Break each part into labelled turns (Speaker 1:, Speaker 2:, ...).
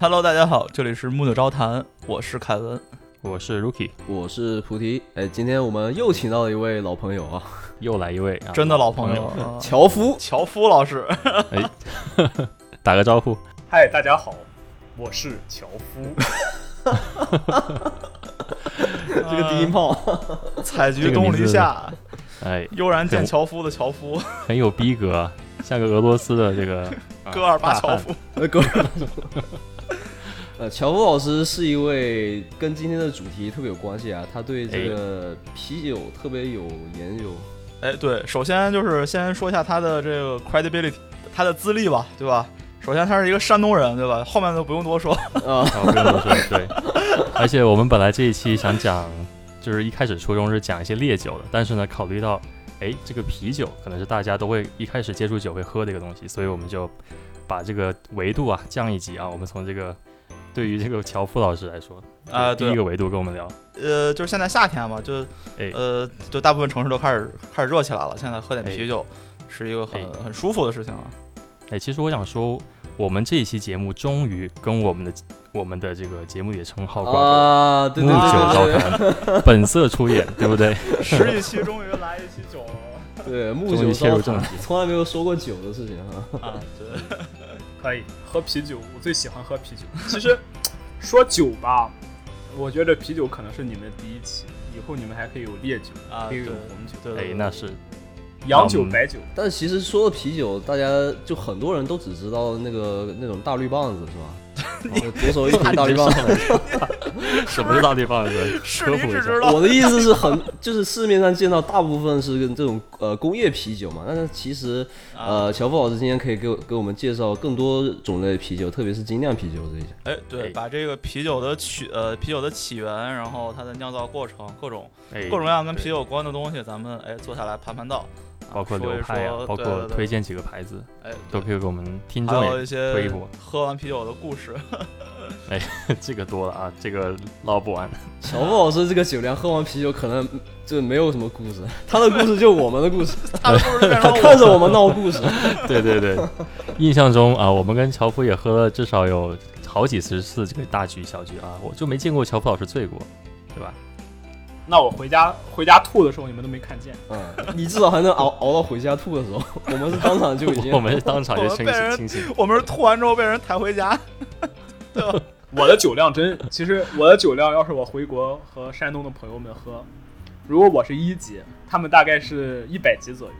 Speaker 1: Hello，大家好，这里是木九招谈，我是凯文。
Speaker 2: 我是 Rookie，
Speaker 3: 我是菩提，哎，今天我们又请到一位老朋友啊，
Speaker 2: 又来一位啊，
Speaker 1: 真的老朋友，啊
Speaker 3: 樵夫，
Speaker 1: 樵夫老 师。
Speaker 2: 打个招呼。
Speaker 4: 嗨，大家好，我是樵 夫。
Speaker 3: 这
Speaker 2: 啊
Speaker 3: 个低音 炮，
Speaker 1: 采菊东篱下，
Speaker 2: 哎，
Speaker 1: 悠然见樵夫的樵夫，
Speaker 2: 很有逼格啊，像个俄罗斯的这个
Speaker 1: 戈尔巴乔
Speaker 2: 啊大汉
Speaker 1: 夫。
Speaker 3: 呃，够了。 呃，樵夫老师是一位跟今天的主题特别有关系啊，他对这个
Speaker 2: 哎
Speaker 3: 啤酒特别有研究。
Speaker 1: 哎，对，首先就是先说一下他的这个 credibility，他的资历吧，对吧？首先他是一个山东人，对吧？后面都不用多说。
Speaker 2: 啊，不用多说，对。而且我们本来这一期想讲，就是一开始初衷是讲一些烈酒的，但是呢，考虑到，哎，这个啤酒可能是大家都会一开始接触酒会喝的一个东西，所以我们就把这个维度啊降一级啊，我们从这个对于这个樵夫老师来说
Speaker 1: 啊
Speaker 2: 第
Speaker 1: 对
Speaker 2: 一个维度跟我们聊，
Speaker 1: 呃，就是现在夏天嘛，就
Speaker 2: 哎
Speaker 1: 呃，就大部分城市都开始开始热起来了。现在喝点啤酒是一个很
Speaker 2: 哎
Speaker 1: 很舒服的事情啊。
Speaker 2: 哎，其实我想说，我们这一期节目终于跟我们的我们的这个节目里的称号挂钩了。
Speaker 3: 啊，对
Speaker 2: 木
Speaker 3: 对
Speaker 2: 九
Speaker 3: 对
Speaker 2: 高
Speaker 3: 对
Speaker 2: 谈，本色出演，对不对？
Speaker 1: 十一期终于来一期酒了
Speaker 3: 对，对木
Speaker 2: 终于
Speaker 3: 酒
Speaker 2: 切入
Speaker 3: 烧
Speaker 2: 正
Speaker 3: 塔
Speaker 2: 题，
Speaker 3: 从来没有说过酒的事情啊。
Speaker 1: 啊！ 对，
Speaker 4: 可以喝啤酒，我最喜欢喝啤酒。其实 说酒吧，我觉得啤酒可能是你们第一期，以后你们还可以有烈酒，
Speaker 1: 啊
Speaker 4: 可以有
Speaker 1: 对
Speaker 4: 红酒，
Speaker 1: 对对
Speaker 2: 哎，那是
Speaker 4: 洋酒、
Speaker 2: 嗯
Speaker 4: 白酒。
Speaker 3: 但其实说到啤酒，大家就很多人都只知道那个那种大绿棒子是吧？ 我左手一提大绿棒子，
Speaker 2: 什么是大地方 人？
Speaker 1: 是
Speaker 2: 科
Speaker 1: 你
Speaker 2: 普一
Speaker 1: 只
Speaker 2: 下
Speaker 1: 知道
Speaker 3: 我的意思是很， 就是市面上见到大部分是跟这种呃工业啤酒嘛，但是其实
Speaker 1: 啊，
Speaker 3: 呃，乔夫老师今天可以给我给我们介绍更多种类的啤酒，特别是精酿啤酒这一些。
Speaker 1: 哎，对，
Speaker 2: 哎
Speaker 1: 把这个啤酒的起呃啤酒的起源，然后它的酿造过程，各种
Speaker 2: 哎，
Speaker 1: 各种各样跟
Speaker 2: 对
Speaker 1: 啤酒有关的东西，咱们哎坐下来盘盘道，啊
Speaker 2: 包括
Speaker 1: 说
Speaker 2: 流
Speaker 1: 一
Speaker 2: 派啊
Speaker 1: 说，
Speaker 2: 包
Speaker 1: 对
Speaker 2: 括
Speaker 1: 对对
Speaker 2: 推荐几个牌子，
Speaker 1: 哎
Speaker 2: 都
Speaker 1: 对
Speaker 2: 可以给我们听众
Speaker 1: 还有
Speaker 2: 也
Speaker 1: 一些
Speaker 2: 推一波
Speaker 1: 喝完啤酒的故事，
Speaker 2: 这个多了啊，这个唠 不完。
Speaker 3: 乔夫老师这个酒量，喝完啤酒可能就没有什么故事，他的故事就是我们的故事，
Speaker 1: 他的故事变
Speaker 3: 他
Speaker 1: 成
Speaker 3: 看着我们闹故事。
Speaker 2: 对对对，印象中啊，我们跟樵夫也喝了至少有好几十次这个大局小局啊，我就没见过樵夫老师醉过，对吧？
Speaker 4: 那我回家回家吐的时候，你们都没看见。
Speaker 3: 嗯，你至少还能熬熬到回家吐的时候，我们是当场就已经
Speaker 2: 我们当场就
Speaker 1: 我们
Speaker 2: 清
Speaker 1: 被
Speaker 2: 醒
Speaker 1: 人
Speaker 2: 清醒。
Speaker 1: 我们是吐完之后被人抬回家，
Speaker 4: 我的酒量真， 其实我的酒量，要是我回国和山东的朋友们喝，如果我是一级，他们大概是一百级左右。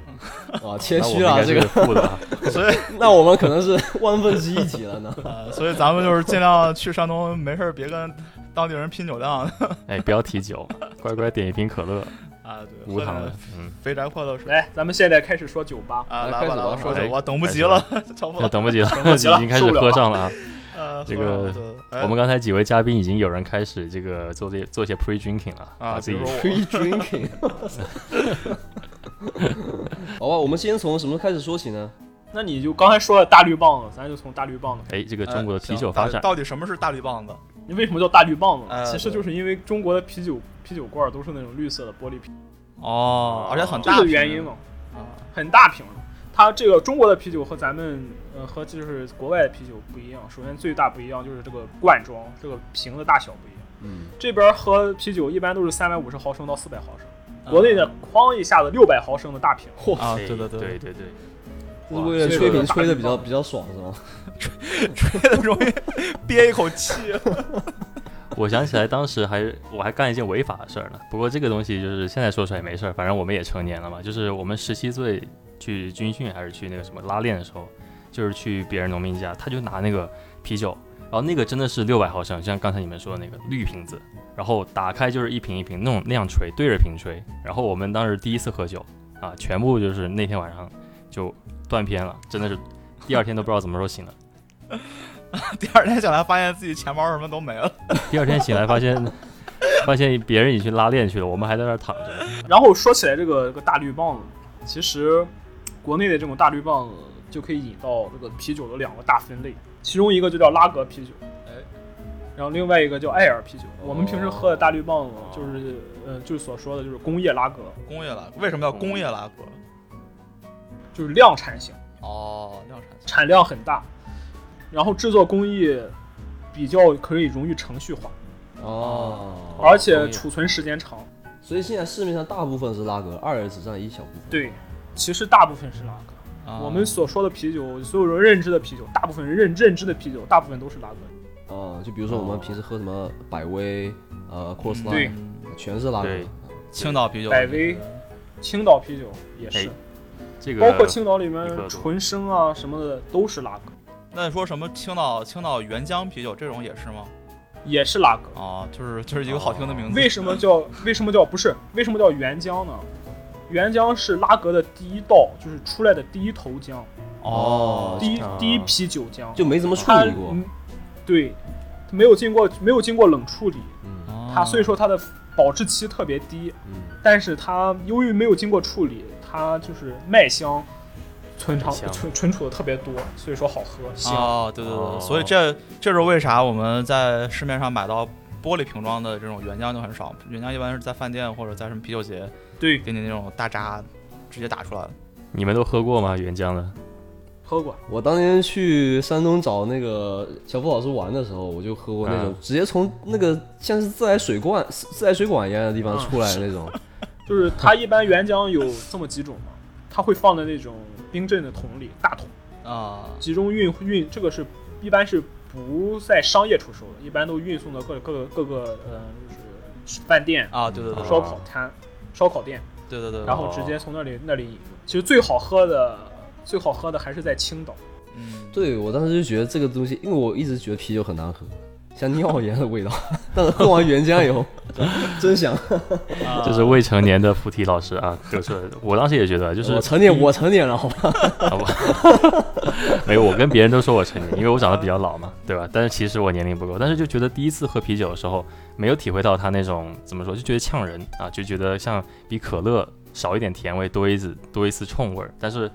Speaker 3: 啊谦
Speaker 2: 那我们
Speaker 3: 虚
Speaker 2: 应
Speaker 3: 了
Speaker 2: 该
Speaker 3: 这
Speaker 2: 是
Speaker 3: 个，
Speaker 2: 负的啊，
Speaker 1: 所以
Speaker 3: 那我们可能是 万分之一级了呢。
Speaker 1: 啊所以咱们就是尽量去山东，没事儿别跟当地人拼酒量
Speaker 2: 哎，不要提酒，乖乖点一瓶可乐，
Speaker 1: 啊，对，
Speaker 2: 无
Speaker 1: 喝
Speaker 2: 糖
Speaker 1: 点
Speaker 2: 的，嗯。
Speaker 1: 肥宅快乐水
Speaker 4: 来，咱们现在开始说酒吧。
Speaker 1: 啊，
Speaker 3: 来
Speaker 1: 来
Speaker 3: 开
Speaker 1: 吧
Speaker 3: 始
Speaker 1: 来吧，
Speaker 3: 吧
Speaker 1: 说
Speaker 2: 哎
Speaker 1: 酒我等不
Speaker 2: 开
Speaker 1: 及
Speaker 2: 始
Speaker 1: 了， 乔布
Speaker 2: 那等不及了，
Speaker 4: 不及 了
Speaker 2: 已经开始喝上了啊！
Speaker 1: 呃，
Speaker 2: 这
Speaker 1: 喝
Speaker 2: 个
Speaker 1: 上了对哎
Speaker 2: 我们刚才几位嘉宾已经有人开始这个做这做些 pre drinking 了，
Speaker 1: 啊，
Speaker 2: 把自
Speaker 1: 比
Speaker 2: 己
Speaker 1: 如说我
Speaker 3: Pre drinking，好吧，我们先从什么开始说起呢？
Speaker 4: 那你就刚才说了大绿棒子，咱就从大绿棒子。
Speaker 2: 哎这个
Speaker 1: 哎
Speaker 2: 中国的啤
Speaker 1: 行
Speaker 2: 酒
Speaker 1: 大
Speaker 2: 发展，
Speaker 1: 到底什么是大绿棒子？
Speaker 4: 你为什么叫大绿棒子呢？
Speaker 1: 哎
Speaker 4: 其实就是因为中国的啤酒啤酒罐都是那种绿色的玻璃瓶，
Speaker 1: 哦，而且很
Speaker 4: 这
Speaker 1: 大
Speaker 4: 个
Speaker 1: 瓶
Speaker 4: 原因嘛，
Speaker 1: 啊，
Speaker 4: 很大瓶的。它这个中国的啤酒和咱们呃和就是国外的啤酒不一样，首先最大不一样就是这个罐装这个瓶的大小不一样。
Speaker 3: 嗯，
Speaker 4: 这边喝啤酒一般都是三百五十毫升到四百毫升，
Speaker 1: 嗯
Speaker 4: 国内的哐一下子六百毫升的大瓶，
Speaker 3: 嚯，
Speaker 1: 啊，
Speaker 2: 哎
Speaker 1: 对对
Speaker 2: 对，对对，
Speaker 3: 这是为了吹瓶
Speaker 4: 哇这个
Speaker 3: 吹的比较比较爽是吗？
Speaker 1: 吹的容易憋一口气。
Speaker 2: 我想起来当时还我还干一件违法的事儿呢。不过这个东西就是现在说出来也没事儿，反正我们也成年了嘛。就是我们十七岁去军训还是去那个什么拉练的时候，就是去别人农民家，他就拿那个啤酒，然后那个真的是六百毫升，就像刚才你们说的那个绿瓶子，然后打开就是一瓶一瓶那种那样吹，对着瓶吹。然后我们当时第一次喝酒啊，全部就是那天晚上就断片了，真的是第二天都不知道怎么时候醒的。
Speaker 1: 第二天醒来发现自己钱包什么都没了，
Speaker 2: 第二天醒来发现， 发现别人已经去拉练去了，我们还在那儿躺着。
Speaker 4: 然后说起来这个这个大绿棒子，其实国内的这种大绿棒子就可以引到这个啤酒的两个大分类，其中一个就叫拉格啤酒，哎，然后另外一个叫艾尔啤酒。我们平时喝的大绿棒子就是呃就是所说的就是工业拉格，
Speaker 1: 工业拉格为什么叫工业拉格？
Speaker 4: 就是量产型，
Speaker 1: 哦，量产型
Speaker 4: 产量很大，然后制作工艺比较可以容易程序化，
Speaker 3: 哦，
Speaker 4: 而且
Speaker 2: 同意
Speaker 4: 储存时间长。
Speaker 3: 所以现在市面上大部分是拉格，二人只占一小部分。
Speaker 4: 对，其实大部分是拉格。
Speaker 1: 啊
Speaker 4: 我们所说的啤酒，所有人认知的啤酒，大部分人认认知的啤酒，大部分都是拉格。
Speaker 3: 哦，就比如说我们平时喝什么百威、呃 c o s l
Speaker 4: 对
Speaker 3: i 全是拉格。
Speaker 2: 对
Speaker 1: 青岛啤酒，
Speaker 4: 百威、青岛啤酒也是，
Speaker 2: 这个
Speaker 4: 包括青岛里面
Speaker 2: 一个
Speaker 4: 纯生啊什么的都是拉格，
Speaker 1: 那说什么青岛青岛原浆啤酒这种也是吗？
Speaker 4: 也是拉格。
Speaker 1: 啊，就是就是一个好听的名字。
Speaker 4: 为什么叫为什么叫不是为什么叫原浆呢？原浆是拉格的第一道，就是出来的第一头浆，
Speaker 1: 哦，
Speaker 4: 第一、
Speaker 2: 啊
Speaker 4: 第一批酒浆，
Speaker 3: 就没怎么处
Speaker 4: 它
Speaker 3: 理过。
Speaker 4: 嗯对，它没有经过没有经过冷处理，
Speaker 3: 嗯
Speaker 1: 哦
Speaker 4: 它所以说它的保质期特别低，
Speaker 3: 嗯，
Speaker 4: 但是它由于没有经过处理，它就是麦香存
Speaker 2: 麦
Speaker 4: 长
Speaker 2: 香
Speaker 4: 存存储的特别多，所以说好喝香。
Speaker 1: 哦，对对对，
Speaker 2: 哦
Speaker 1: 所以这这是为啥我们在市面上买到玻璃瓶装的这种原浆就很少，原浆一般是在饭店或者在什么啤酒节
Speaker 4: 对，
Speaker 1: 给你那种大扎直接打出来的。
Speaker 2: 你们都喝过吗？原浆的
Speaker 4: 喝过，
Speaker 3: 我当年去山东找那个小付老师玩的时候，我就喝过那种
Speaker 2: 嗯
Speaker 3: 直接从那个像是自来水罐、自自来水管一样的地方
Speaker 4: 嗯
Speaker 3: 出来的那种。
Speaker 4: 就是它一般原浆有这么几种嘛，它会放在那种冰镇的桶里，大桶。
Speaker 1: 啊、
Speaker 4: 集中运运这个是一般是不在商业出售的，一般都运送到各各个各个呃就是饭店、
Speaker 2: 哦
Speaker 1: 啊，对对对
Speaker 4: 烧烤摊、烧烤店，
Speaker 1: 对
Speaker 3: 嗯
Speaker 1: 对对，
Speaker 4: 然后直接从那里那里引入。其实最好喝的最好喝的还是在青岛，
Speaker 1: 嗯，
Speaker 3: 对我当时就觉得这个东西，因为我一直觉得啤酒很难喝，像尿一样的味道。 但是喝完原浆 以后，真香。
Speaker 1: 啊
Speaker 2: 这是未成年的菩提老师啊，就是我当时也觉得，啊就是
Speaker 3: 我成年，我成年了，好吧？
Speaker 2: 好吧，没有，我 跟别人都说我成年，因为我长得比较老嘛，对吧？但是其实我年龄不够，但是就觉得第一次喝啤酒的时候，没有体会到它那种怎么说，就觉得呛人啊，就觉得像比可乐少一点甜味，多一丝多一丝冲味儿。但是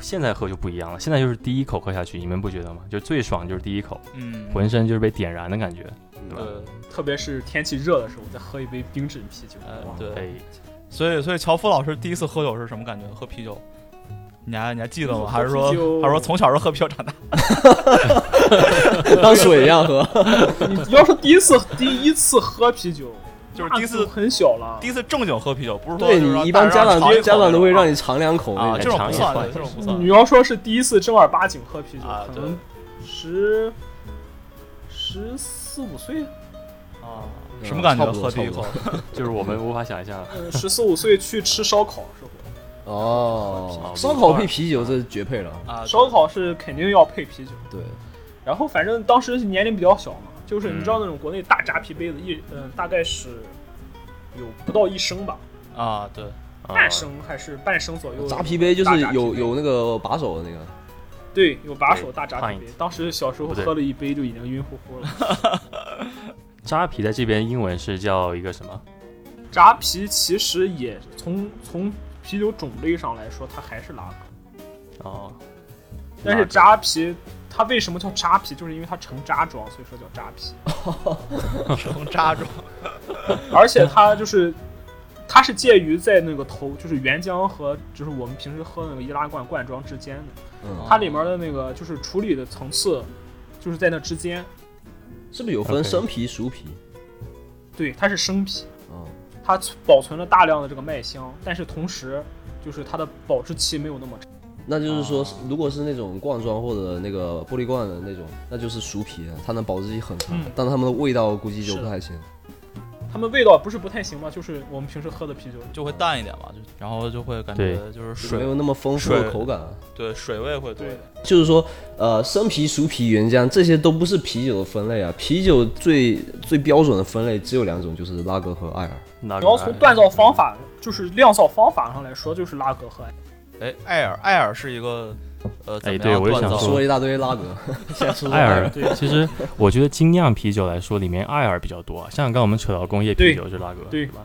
Speaker 2: 现在喝就不一样了，现在就是第一口喝下去，你们不觉得吗？就最爽就是第一口，
Speaker 1: 嗯，
Speaker 2: 浑身就是被点燃的感觉，对吧？
Speaker 1: 对。
Speaker 4: 特别是天气热的时候，再喝一杯冰镇啤 酒，
Speaker 1: 呃
Speaker 4: 哇，
Speaker 1: 对，
Speaker 2: 哎，
Speaker 1: 所以所以乔夫老师第一次喝酒是什么感觉？喝啤酒，你还你还记得
Speaker 3: 嗯
Speaker 1: 吗？
Speaker 4: 喝
Speaker 1: 还是说
Speaker 4: 啤酒
Speaker 1: 还是说从小是喝啤酒长大？
Speaker 3: 当水一样喝。
Speaker 4: 你要是第一次第一次喝啤酒，
Speaker 1: 呃就是第一
Speaker 4: 那
Speaker 1: 次
Speaker 4: 就很小了
Speaker 1: 第。一次正经喝啤酒，不是说就
Speaker 3: 对
Speaker 1: 是
Speaker 3: 你
Speaker 1: 让
Speaker 3: 一般
Speaker 1: 大
Speaker 3: 家
Speaker 1: 人让
Speaker 3: 长
Speaker 1: 尝一口
Speaker 3: 家长都会
Speaker 1: 那种
Speaker 3: 让你尝两口
Speaker 1: 啊，
Speaker 3: 那
Speaker 1: 这
Speaker 3: 种。
Speaker 1: 种
Speaker 2: 尝
Speaker 1: 不
Speaker 2: 一
Speaker 1: 算
Speaker 2: 口
Speaker 1: 的，这种不算
Speaker 4: 嗯你
Speaker 1: 的。
Speaker 4: 要说是第一次正儿八经喝啤酒，
Speaker 1: 啊
Speaker 4: 可
Speaker 1: 对
Speaker 4: 能十十四五岁
Speaker 1: 啊，
Speaker 3: 嗯
Speaker 1: 什么感觉
Speaker 3: 差？不多
Speaker 1: 喝第一
Speaker 3: 差不
Speaker 1: 口
Speaker 3: 多
Speaker 2: 就是我们无法想 象，
Speaker 4: 呃，十四五岁去吃烧烤的时
Speaker 1: 啊
Speaker 4: 候，
Speaker 3: 哦，
Speaker 2: 啤酒
Speaker 3: 烧烤配啤酒这是绝配了。
Speaker 1: 啊，
Speaker 4: 烧烤是肯定要配啤酒。
Speaker 3: 对，
Speaker 4: 然后反正当时年龄比较小嘛，就是你
Speaker 2: 嗯
Speaker 4: 知道那种国内大扎啤杯子一，嗯、大概是有不到一升吧，
Speaker 1: 啊，对，
Speaker 2: 啊
Speaker 4: 半升还是半升左右。
Speaker 3: 扎啤杯就是
Speaker 4: 大扎啤
Speaker 3: 有
Speaker 4: 杯
Speaker 3: 有那个把手的那个。
Speaker 4: 对有把手大扎啤杯
Speaker 2: 对，
Speaker 4: 当时小时候
Speaker 2: 不对
Speaker 4: 喝了一杯就已经晕乎乎了。
Speaker 2: 扎啤在这边英文是叫一个什么？
Speaker 4: 扎啤其实也从从啤酒种类上来说，它还是拉格。
Speaker 2: 哦，
Speaker 4: 但是
Speaker 2: 拉格
Speaker 4: 扎啤，它为什么叫扎啤？就是因为它成扎装，所以说叫扎啤。
Speaker 1: 成渣种。
Speaker 4: 而且它就是，它是介于在那个头，就是原浆和就是我们平时喝那个易拉罐罐装之间
Speaker 1: 啊
Speaker 4: 的，
Speaker 3: 嗯，
Speaker 4: 它里面的那个就是处理的层次，就是在那之间。
Speaker 3: 是不是有分
Speaker 2: OK
Speaker 3: 生啤、熟啤？
Speaker 4: 对，它是生啤，
Speaker 3: 嗯，
Speaker 4: 它保存了大量的这个麦香，但是同时就是它的保质期没有那么长。
Speaker 3: 那就是说
Speaker 1: 哦，
Speaker 3: 如果是那种罐装或者那个玻璃罐的那种，那就是熟啤啊的，它能保质期很长
Speaker 4: 嗯，
Speaker 3: 但它们的味道估计就是不太行。
Speaker 4: 它们味道不是不太行吗？就是我们平时喝的啤酒，
Speaker 1: 就会淡一点嘛，就然后就会感觉就是
Speaker 3: 就没
Speaker 1: 水
Speaker 3: 有那么丰富的
Speaker 1: 水
Speaker 3: 口感。啊
Speaker 1: 对水味会多一
Speaker 4: 对
Speaker 1: 点。，
Speaker 3: 就是说，呃，生啤、熟啤、原浆这些都不是啤酒的分类啊。啤酒最最标准的分类只有两种，就是拉格和艾尔。
Speaker 2: 拉
Speaker 4: 你
Speaker 2: 格
Speaker 4: 要从锻造方法，就是酿造方法上来说，就是拉格和
Speaker 1: 哎，艾尔艾尔是一个呃怎
Speaker 2: 哎
Speaker 1: 么
Speaker 2: 对
Speaker 1: 样
Speaker 2: 我也
Speaker 1: 锻
Speaker 2: 想
Speaker 1: 造
Speaker 2: 说
Speaker 3: 说了一大堆拉格， 现在说说
Speaker 2: 艾尔
Speaker 4: 对，
Speaker 2: 其实我觉得精酿啤酒来说，里面艾尔比较多啊。像刚刚我们扯到工业啤酒是拉格，
Speaker 4: 对
Speaker 2: 吧？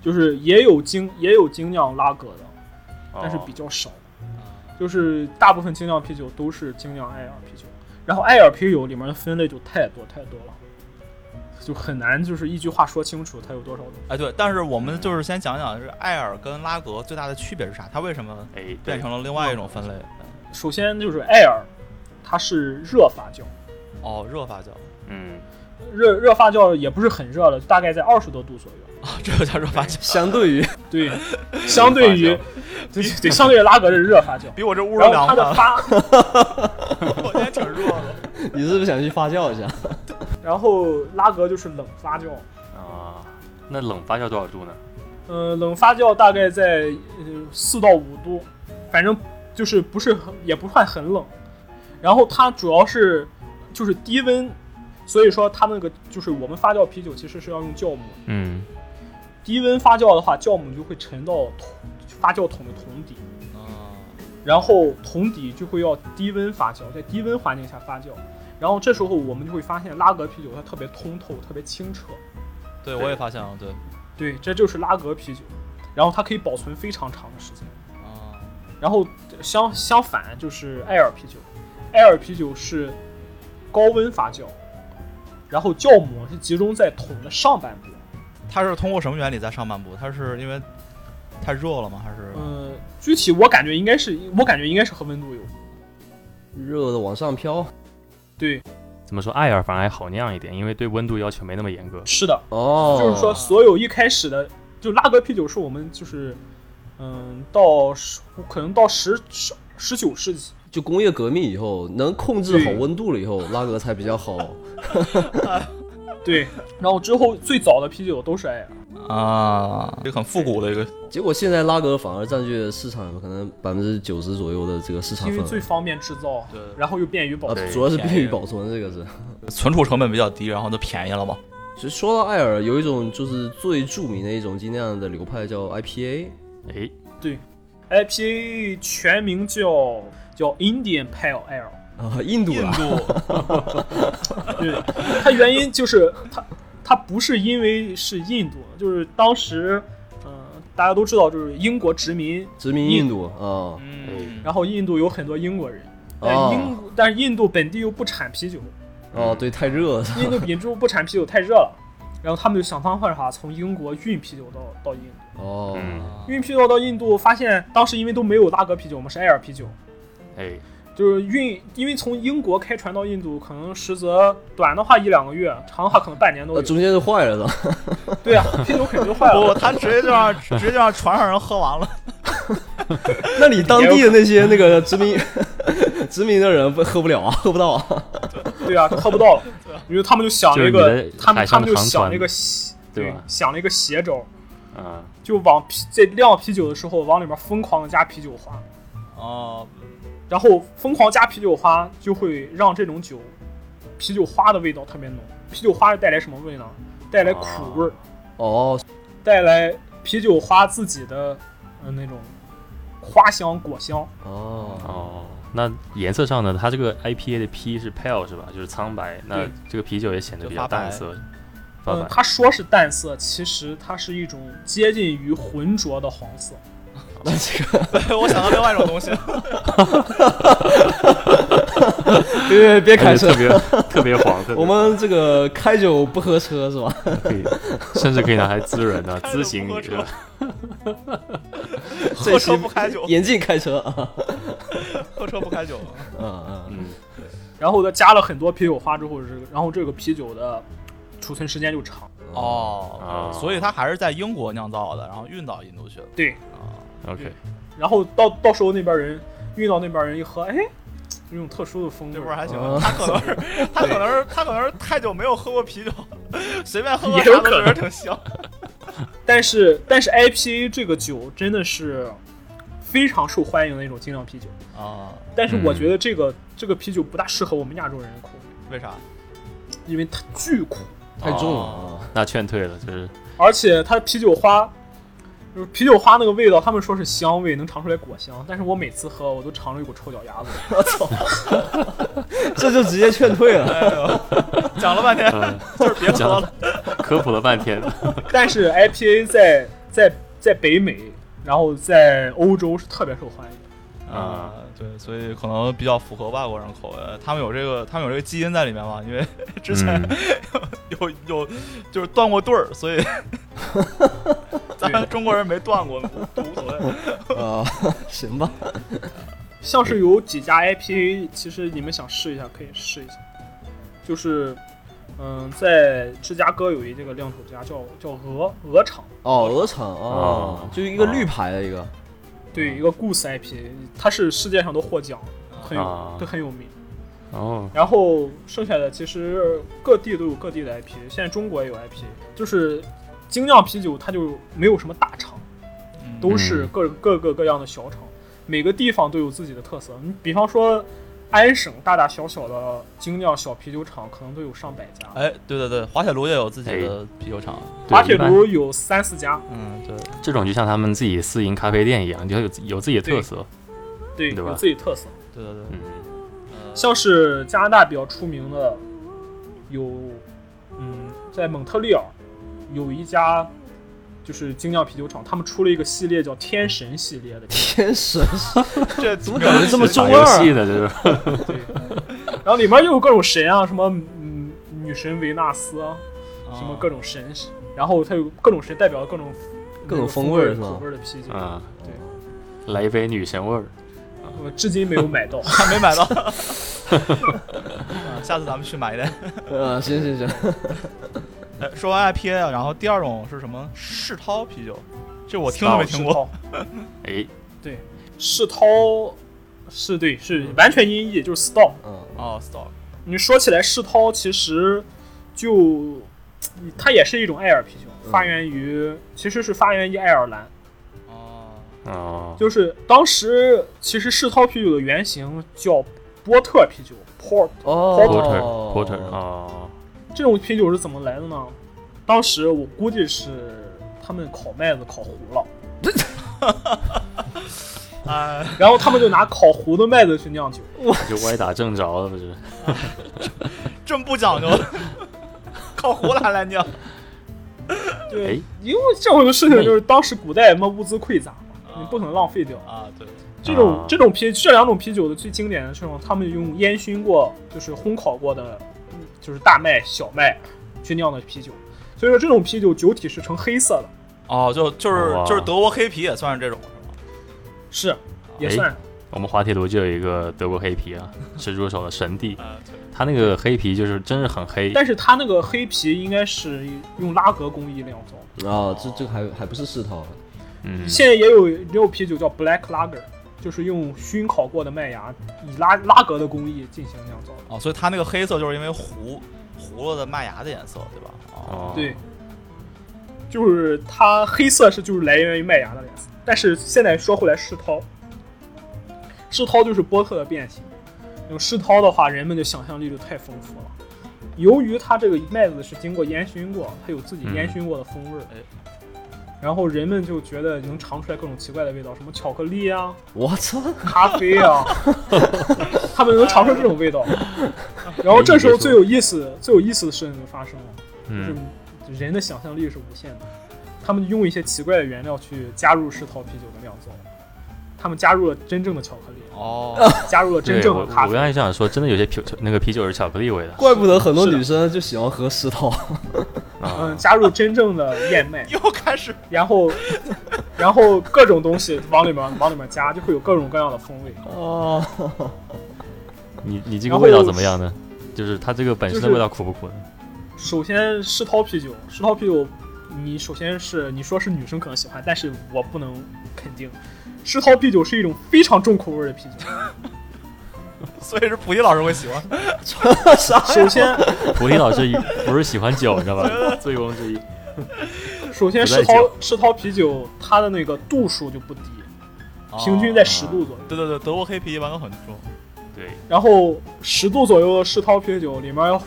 Speaker 4: 就是也有精也有精酿拉格的，
Speaker 2: 哦
Speaker 4: 但是比较少。就是大部分精酿啤酒都是精酿艾尔啤酒，然后艾尔啤酒里面的分类就太多太多了，就很难就是一句话说清楚它有多少种。
Speaker 1: 哎对，但是我们就是先讲讲，就是艾尔跟拉格最大的区别是啥？它为什么
Speaker 2: 哎，对
Speaker 1: 变成了另外一种分类？
Speaker 4: 首先就是艾尔，它是热发酵，
Speaker 1: 哦，热发酵
Speaker 2: 嗯，
Speaker 4: 热热发酵也不是很热了，大概在二十多度左右。
Speaker 1: 啊，这个叫热发酵，
Speaker 3: 相对于
Speaker 4: 对，相对于 对 对，相对于拉格是热发 酵。
Speaker 1: 比我这屋
Speaker 4: 然
Speaker 1: 都
Speaker 4: 后
Speaker 1: 凉
Speaker 4: 它
Speaker 1: 快
Speaker 4: 的
Speaker 1: 了，
Speaker 4: 发，
Speaker 1: 我今天挺热的。
Speaker 3: 你是不是想去发酵一下？
Speaker 4: 然后拉格就是冷发酵，
Speaker 2: 啊，那冷发酵多少度呢？
Speaker 4: 呃，冷发酵大概在呃四到五度，反正就是不是很也不算很冷。然后它主要是就是低温，所以说它那个就是我们发酵啤酒其实是要用酵母，
Speaker 2: 嗯，
Speaker 4: 低温发酵的话，酵母就会沉到桶发酵桶的桶底，
Speaker 1: 嗯
Speaker 4: 然后桶底就会要低温发酵，在低温环境下发酵。然后这时候我们就会发现拉格啤酒它特别通透，特别清澈。
Speaker 1: 对，我也发现了，对，
Speaker 4: 对，这就是拉格啤酒。然后它可以保存非常长的时间。
Speaker 1: 啊，
Speaker 4: 然后相相反就是艾尔啤酒，艾尔啤酒是高温发酵，然后酵母是集中在桶的上半部。
Speaker 1: 它是通过什么原理在上半部？它是因为太热了吗？还是
Speaker 4: 嗯，具体我感觉应该是，我感觉应该是和温度有关。
Speaker 3: 热的往上飘
Speaker 4: 对，
Speaker 2: 怎么说？艾尔反而还好酿一点，因为对温度要求没那么严格。
Speaker 4: 是的，
Speaker 3: 哦，
Speaker 4: 就是说，所有一开始的，就拉格啤酒是我们就是，嗯，到十可能到十十十九世纪，
Speaker 3: 就工业革命以后，能控制好
Speaker 4: 对
Speaker 3: 温度了以后，拉格才比较好。
Speaker 4: 对，然后之后最早的啤酒都是艾尔，
Speaker 1: 啊，这个很复古的一个
Speaker 3: 结果现在拉格反而占据了市场可能百分之九十左右的这个市场
Speaker 4: 因为
Speaker 3: 份
Speaker 4: 最
Speaker 3: 额。
Speaker 4: 方便制造，
Speaker 1: 对
Speaker 4: 然后又便于保
Speaker 3: 啊
Speaker 4: 存。，
Speaker 3: 主要是便
Speaker 1: 便
Speaker 3: 于
Speaker 1: 宜
Speaker 3: 保存，这个是。
Speaker 1: 存储成本比较低，然后就便宜了嘛。
Speaker 3: 其实说到艾尔，有一种就是最著名的一种精酿的流派叫 IPA，
Speaker 2: 哎，
Speaker 4: IPA 全名叫叫 Indian Pale Ale，
Speaker 3: 啊，印度
Speaker 1: 印
Speaker 3: 啦，
Speaker 1: 度
Speaker 4: 对，它原因就是它它不是因为是印度，就是当时嗯、呃大家都知道就是英国殖民，
Speaker 3: 殖民印度啊，
Speaker 2: 嗯
Speaker 4: 然后印度有很多英国人。但
Speaker 1: 哎
Speaker 3: 哦
Speaker 4: 英、但是印度本地又不产啤酒，
Speaker 3: 哦，对，太热了，
Speaker 4: 印度本地又不产啤酒太热了，然后他们就想方设法从英国运啤酒到到印度，
Speaker 3: 哦，
Speaker 2: 嗯，
Speaker 1: 啊
Speaker 4: 运啤酒到印度，发现当时因为都没有拉格啤酒嘛，是艾尔啤酒，
Speaker 2: 哎，
Speaker 4: 就是运，因为从英国开船到印度，可能实则短的话一两个月，长的话可能半年都
Speaker 3: 呃，
Speaker 4: 有。
Speaker 3: 中间是坏了的，
Speaker 4: 对啊，啤酒肯定 坏
Speaker 1: 不，
Speaker 4: 了。
Speaker 1: 他直接就让 直接就让船上人喝完了。
Speaker 3: 那你当地的那些那个殖民 殖民的人不喝不了啊，喝不到啊，
Speaker 4: 对啊，喝不到了。因为他们就想了一
Speaker 2: 就是
Speaker 4: 个
Speaker 2: 你，的
Speaker 4: 他们
Speaker 2: 海
Speaker 4: 他
Speaker 2: 上的
Speaker 4: 们就
Speaker 2: 航
Speaker 4: 想
Speaker 2: 船
Speaker 4: 了一个邪，
Speaker 2: 对
Speaker 4: 对
Speaker 2: 吧，
Speaker 4: 想了一个邪招，
Speaker 2: 啊，
Speaker 4: 就往啤在酿啤酒的时候往里面疯狂的加啤酒花。
Speaker 1: 哦，
Speaker 4: 然后疯狂加啤酒花，就会让这种酒啤酒花的味道特别浓。啤酒花是带来什么味呢？带
Speaker 2: 啊
Speaker 4: 来苦味儿，
Speaker 3: 哦，
Speaker 4: 带来啤酒花自己的嗯那种花香果香。
Speaker 3: 哦，
Speaker 2: 哦，那颜色上呢，它这个 IPA 的 P 是 pale 是吧？就是苍白。那
Speaker 4: 对
Speaker 2: 这个啤酒也显得比较淡色，发
Speaker 4: 嗯
Speaker 2: 白，。
Speaker 4: 它说是淡色，其实它是一种接近于浑浊的黄色。
Speaker 3: 那这个
Speaker 1: 对，我想到另外一种东 西，
Speaker 3: 别别别开
Speaker 2: 而且
Speaker 3: 车
Speaker 2: 特，别 特别黄， 特别
Speaker 3: 我们这个开酒不喝车是吧？
Speaker 2: 可以，甚至可以拿来滋润的，啊
Speaker 1: 开着
Speaker 2: 滋醒
Speaker 1: 不喝
Speaker 2: 你。
Speaker 1: 车
Speaker 2: 是吧
Speaker 1: 喝车不开酒，
Speaker 3: 严禁开车啊，
Speaker 1: 喝车不开 酒。
Speaker 3: 嗯嗯，
Speaker 2: 嗯，
Speaker 4: 然后它加了很多啤酒花之后，这个然后这个啤酒的储存时间就长。
Speaker 1: 哦
Speaker 4: 啊
Speaker 2: 哦
Speaker 1: 所以它还是在英国酿造的，然后运到印度去的。
Speaker 4: 对，
Speaker 2: OK，
Speaker 4: 然后到到时候那边人运到那边人一喝，哎，有一种特殊的风味
Speaker 1: 这
Speaker 4: 儿。
Speaker 1: 不是还行
Speaker 3: 哦？
Speaker 1: 他可能 是他可能是他可能是太久没有喝过啤酒，随便喝个
Speaker 4: 也
Speaker 1: 啥
Speaker 4: 有
Speaker 1: 都
Speaker 4: 可
Speaker 1: 觉
Speaker 4: 能
Speaker 1: 得挺香。
Speaker 4: 但是但是 IPA 这个酒真的是非常受欢迎的一种精酿啤酒，
Speaker 1: 啊，
Speaker 4: 但是我
Speaker 2: 嗯
Speaker 4: 觉得这个、这个啤酒不大适合我们亚洲人的口味，
Speaker 1: 为啥？
Speaker 4: 因为它巨苦，
Speaker 3: 太重了啊，
Speaker 2: 那劝退了，就是
Speaker 4: 而且它啤酒花。就是啤酒花那个味道，他们说是香味，能尝出来果香。但是我每次喝，我都尝了一股臭脚丫子。
Speaker 3: 我操，这就直接劝退了。
Speaker 1: 哎呦， 讲了半天
Speaker 2: 嗯
Speaker 1: 就是别喝了。
Speaker 2: 科普了半天。
Speaker 4: 但是 IPA 在在在北美，然后在欧洲是特别受欢迎的。
Speaker 2: 啊，
Speaker 1: 啊，对，所以可能比较符合外国人口味，他们有这个，他们有这个基因在里面嘛，因为 之前
Speaker 2: 嗯
Speaker 1: 有、有就是断过队儿，所以咱们
Speaker 4: 对
Speaker 1: 中国人没断过，都无所谓。
Speaker 3: 啊， 行吧，
Speaker 4: 像是有几家 IPA，其实你们想试一下可以试一下。就是嗯、在芝加哥有一这个酿酒家叫叫鹅鹅厂，
Speaker 3: 哦，鹅厂哦
Speaker 2: 哦，
Speaker 3: 就是一个绿牌的一
Speaker 4: 哦
Speaker 3: 个，
Speaker 4: 对一个 Goose IPA，它是世界上都获奖，很有、
Speaker 2: 啊
Speaker 4: 都很有名。
Speaker 2: 哦，
Speaker 4: 然后剩下的其实各地都有各地的 IPA，现在中国也有 IPA，就是精酿啤酒它就没有什么大厂，
Speaker 1: 嗯
Speaker 4: 都是各各个各样的小厂，每个地方都有自己的特色。你比方说安省大大小小的精酿小啤酒厂，可能都有上百家。
Speaker 1: 哎，对对对，滑铁卢也有自己的啤酒厂，
Speaker 2: 对
Speaker 4: 滑铁
Speaker 2: 一般
Speaker 4: 卢有三四家，
Speaker 1: 嗯，对，
Speaker 2: 这种就像他们自己私营咖啡店一样，就有有自己的特
Speaker 4: 对
Speaker 2: 色。
Speaker 4: 对，
Speaker 2: 对吧
Speaker 4: 有自己特色。
Speaker 1: 对对对，
Speaker 2: 嗯，
Speaker 1: 呃
Speaker 4: 像是加拿大比较出名的，有，嗯，在蒙特利尔有一家就是精酿啤酒厂，他们出了一个系列叫天神系列的，
Speaker 3: 天神，
Speaker 1: 这
Speaker 3: 怎么感觉这么中
Speaker 2: 打
Speaker 3: 二
Speaker 2: 游戏的这种，
Speaker 4: 对，然后里面又有各种神啊，什么嗯女神维纳斯啊，什
Speaker 1: 哦
Speaker 4: 么各种神，然后它有各种神代表各种
Speaker 3: 各种风
Speaker 4: 风
Speaker 3: 味儿是吧
Speaker 4: 口味儿的啤酒，
Speaker 2: 嗯，对，来一杯女神味儿。
Speaker 4: 我至今没有买到。
Speaker 1: 还没买到，嗯下次咱们去买一点。
Speaker 3: 呃，行行行，
Speaker 1: 哎说完 IPA 啊，然后第二种是什么？世涛啤酒，这我听都没听过。
Speaker 2: 哎，
Speaker 4: 对，世涛是对是完全音译就是 stop。
Speaker 3: 嗯，
Speaker 1: 哦，Star，
Speaker 4: 你说起来世涛，其实就它也是一种爱尔啤酒，
Speaker 3: 嗯
Speaker 4: 发源于其实是发源于爱尔兰，
Speaker 1: 哦，
Speaker 2: 哦，
Speaker 4: 就是当时其实世涛啤酒的原型叫波特啤酒 （Port）。
Speaker 2: porter
Speaker 3: 哦
Speaker 2: porter
Speaker 4: 啊
Speaker 2: 哦，
Speaker 4: 这种啤酒是怎么来的呢？当时我估计是他们烤麦子烤糊了，
Speaker 1: 哎，
Speaker 4: 然后他们就拿烤糊的麦子去酿酒，
Speaker 2: 就歪打正着了，不是？
Speaker 1: 这么不讲究， 靠胡来来酿。
Speaker 4: 对，
Speaker 2: 哎，嗯
Speaker 4: 因为这种事情就是当时古代嘛物资匮杂嘛，你不可能浪费掉。
Speaker 1: 啊，对，
Speaker 4: 这种、
Speaker 2: 啊
Speaker 4: 这种啤这两种啤酒的最经典的这种，他们用烟熏过，就是烘烤过的，嗯就是大麦、小麦去酿的啤酒。所以说这种啤酒酒体是呈黑色的，
Speaker 1: 哦，就就是
Speaker 2: 哇
Speaker 1: 就是德国黑啤也算是这种，是吗？
Speaker 4: 是也
Speaker 2: 哎
Speaker 4: 算
Speaker 2: 我们滑铁卢就有一个德国黑啤 啊，蜘蛛手的神帝，
Speaker 1: 啊，对，
Speaker 2: 他那个黑啤就是真是很黑，
Speaker 4: 但是它那个黑啤应该是用拉格工艺酿造。
Speaker 3: 啊，这这个还还不是世涛，
Speaker 2: 嗯，
Speaker 4: 现在也有也有啤酒叫 Black Lager，就是用熏烤过的麦芽，以拉拉格的工艺进行酿造的。
Speaker 1: 哦，所以它那个黑色就是因为糊糊了的麦芽的颜色，对吧？哦，
Speaker 2: 哦，
Speaker 4: 对，，就是它黑色是就是来源于麦芽的颜色。但是现在说回来，世涛，世涛就是波特的变形。用世涛的话，人们的想象力就太丰富了。由于它这个麦子是经过烟熏过，它有自己烟熏过的风味儿，
Speaker 1: 嗯
Speaker 4: 然后人们就觉得能尝出来各种奇怪的味道，什么巧克力啊、
Speaker 3: 我操，
Speaker 4: 咖啡啊，他们能尝出这种味道。然后这时候最有意思、最有意思的事情就发生了。就是
Speaker 2: 嗯，
Speaker 4: 人的想象力是无限的。他们用一些奇怪的原料去加入世涛啤酒的酿造，他们加入了真正的巧克力，
Speaker 1: 哦， ，
Speaker 4: 加入了真
Speaker 2: 对
Speaker 4: 正
Speaker 2: 我
Speaker 4: 的咖
Speaker 2: 我刚
Speaker 4: 啡。
Speaker 2: 才想说，真的有些啤那个啤酒是巧克力味的
Speaker 3: 怪不得很多
Speaker 4: 是的
Speaker 3: 女生就喜欢喝世涛，
Speaker 2: 啊
Speaker 4: 嗯，，加入真正的燕麦
Speaker 1: 又开始
Speaker 4: 然后，然后各种东西往里面往里面加，就会有各种各样的风味。
Speaker 3: 哦，
Speaker 2: 你你这个
Speaker 4: 然
Speaker 2: 味道
Speaker 4: 后
Speaker 2: 怎么样呢？就是它这个本身的
Speaker 4: 就是
Speaker 2: 味道苦不苦呢？
Speaker 4: 首先，世涛啤酒，世涛啤酒，你首先是你说是女生可能喜欢，但是我不能肯定。世涛啤酒是一种非常重口味的啤酒。
Speaker 1: 所以是菩提老师会喜欢。
Speaker 4: 首先，
Speaker 2: 菩提老师一不是喜欢酒，你知道 吧？醉翁之意。
Speaker 4: 首先
Speaker 2: 不
Speaker 4: 世
Speaker 2: 带
Speaker 4: 涛
Speaker 2: 酒
Speaker 4: 世涛啤酒它的那个度数就不低，
Speaker 1: 哦
Speaker 4: 平均在十度左右。
Speaker 1: 对对对，德国黑啤一般都很重。
Speaker 2: 对，
Speaker 4: 然后十度左右的世涛啤酒里面要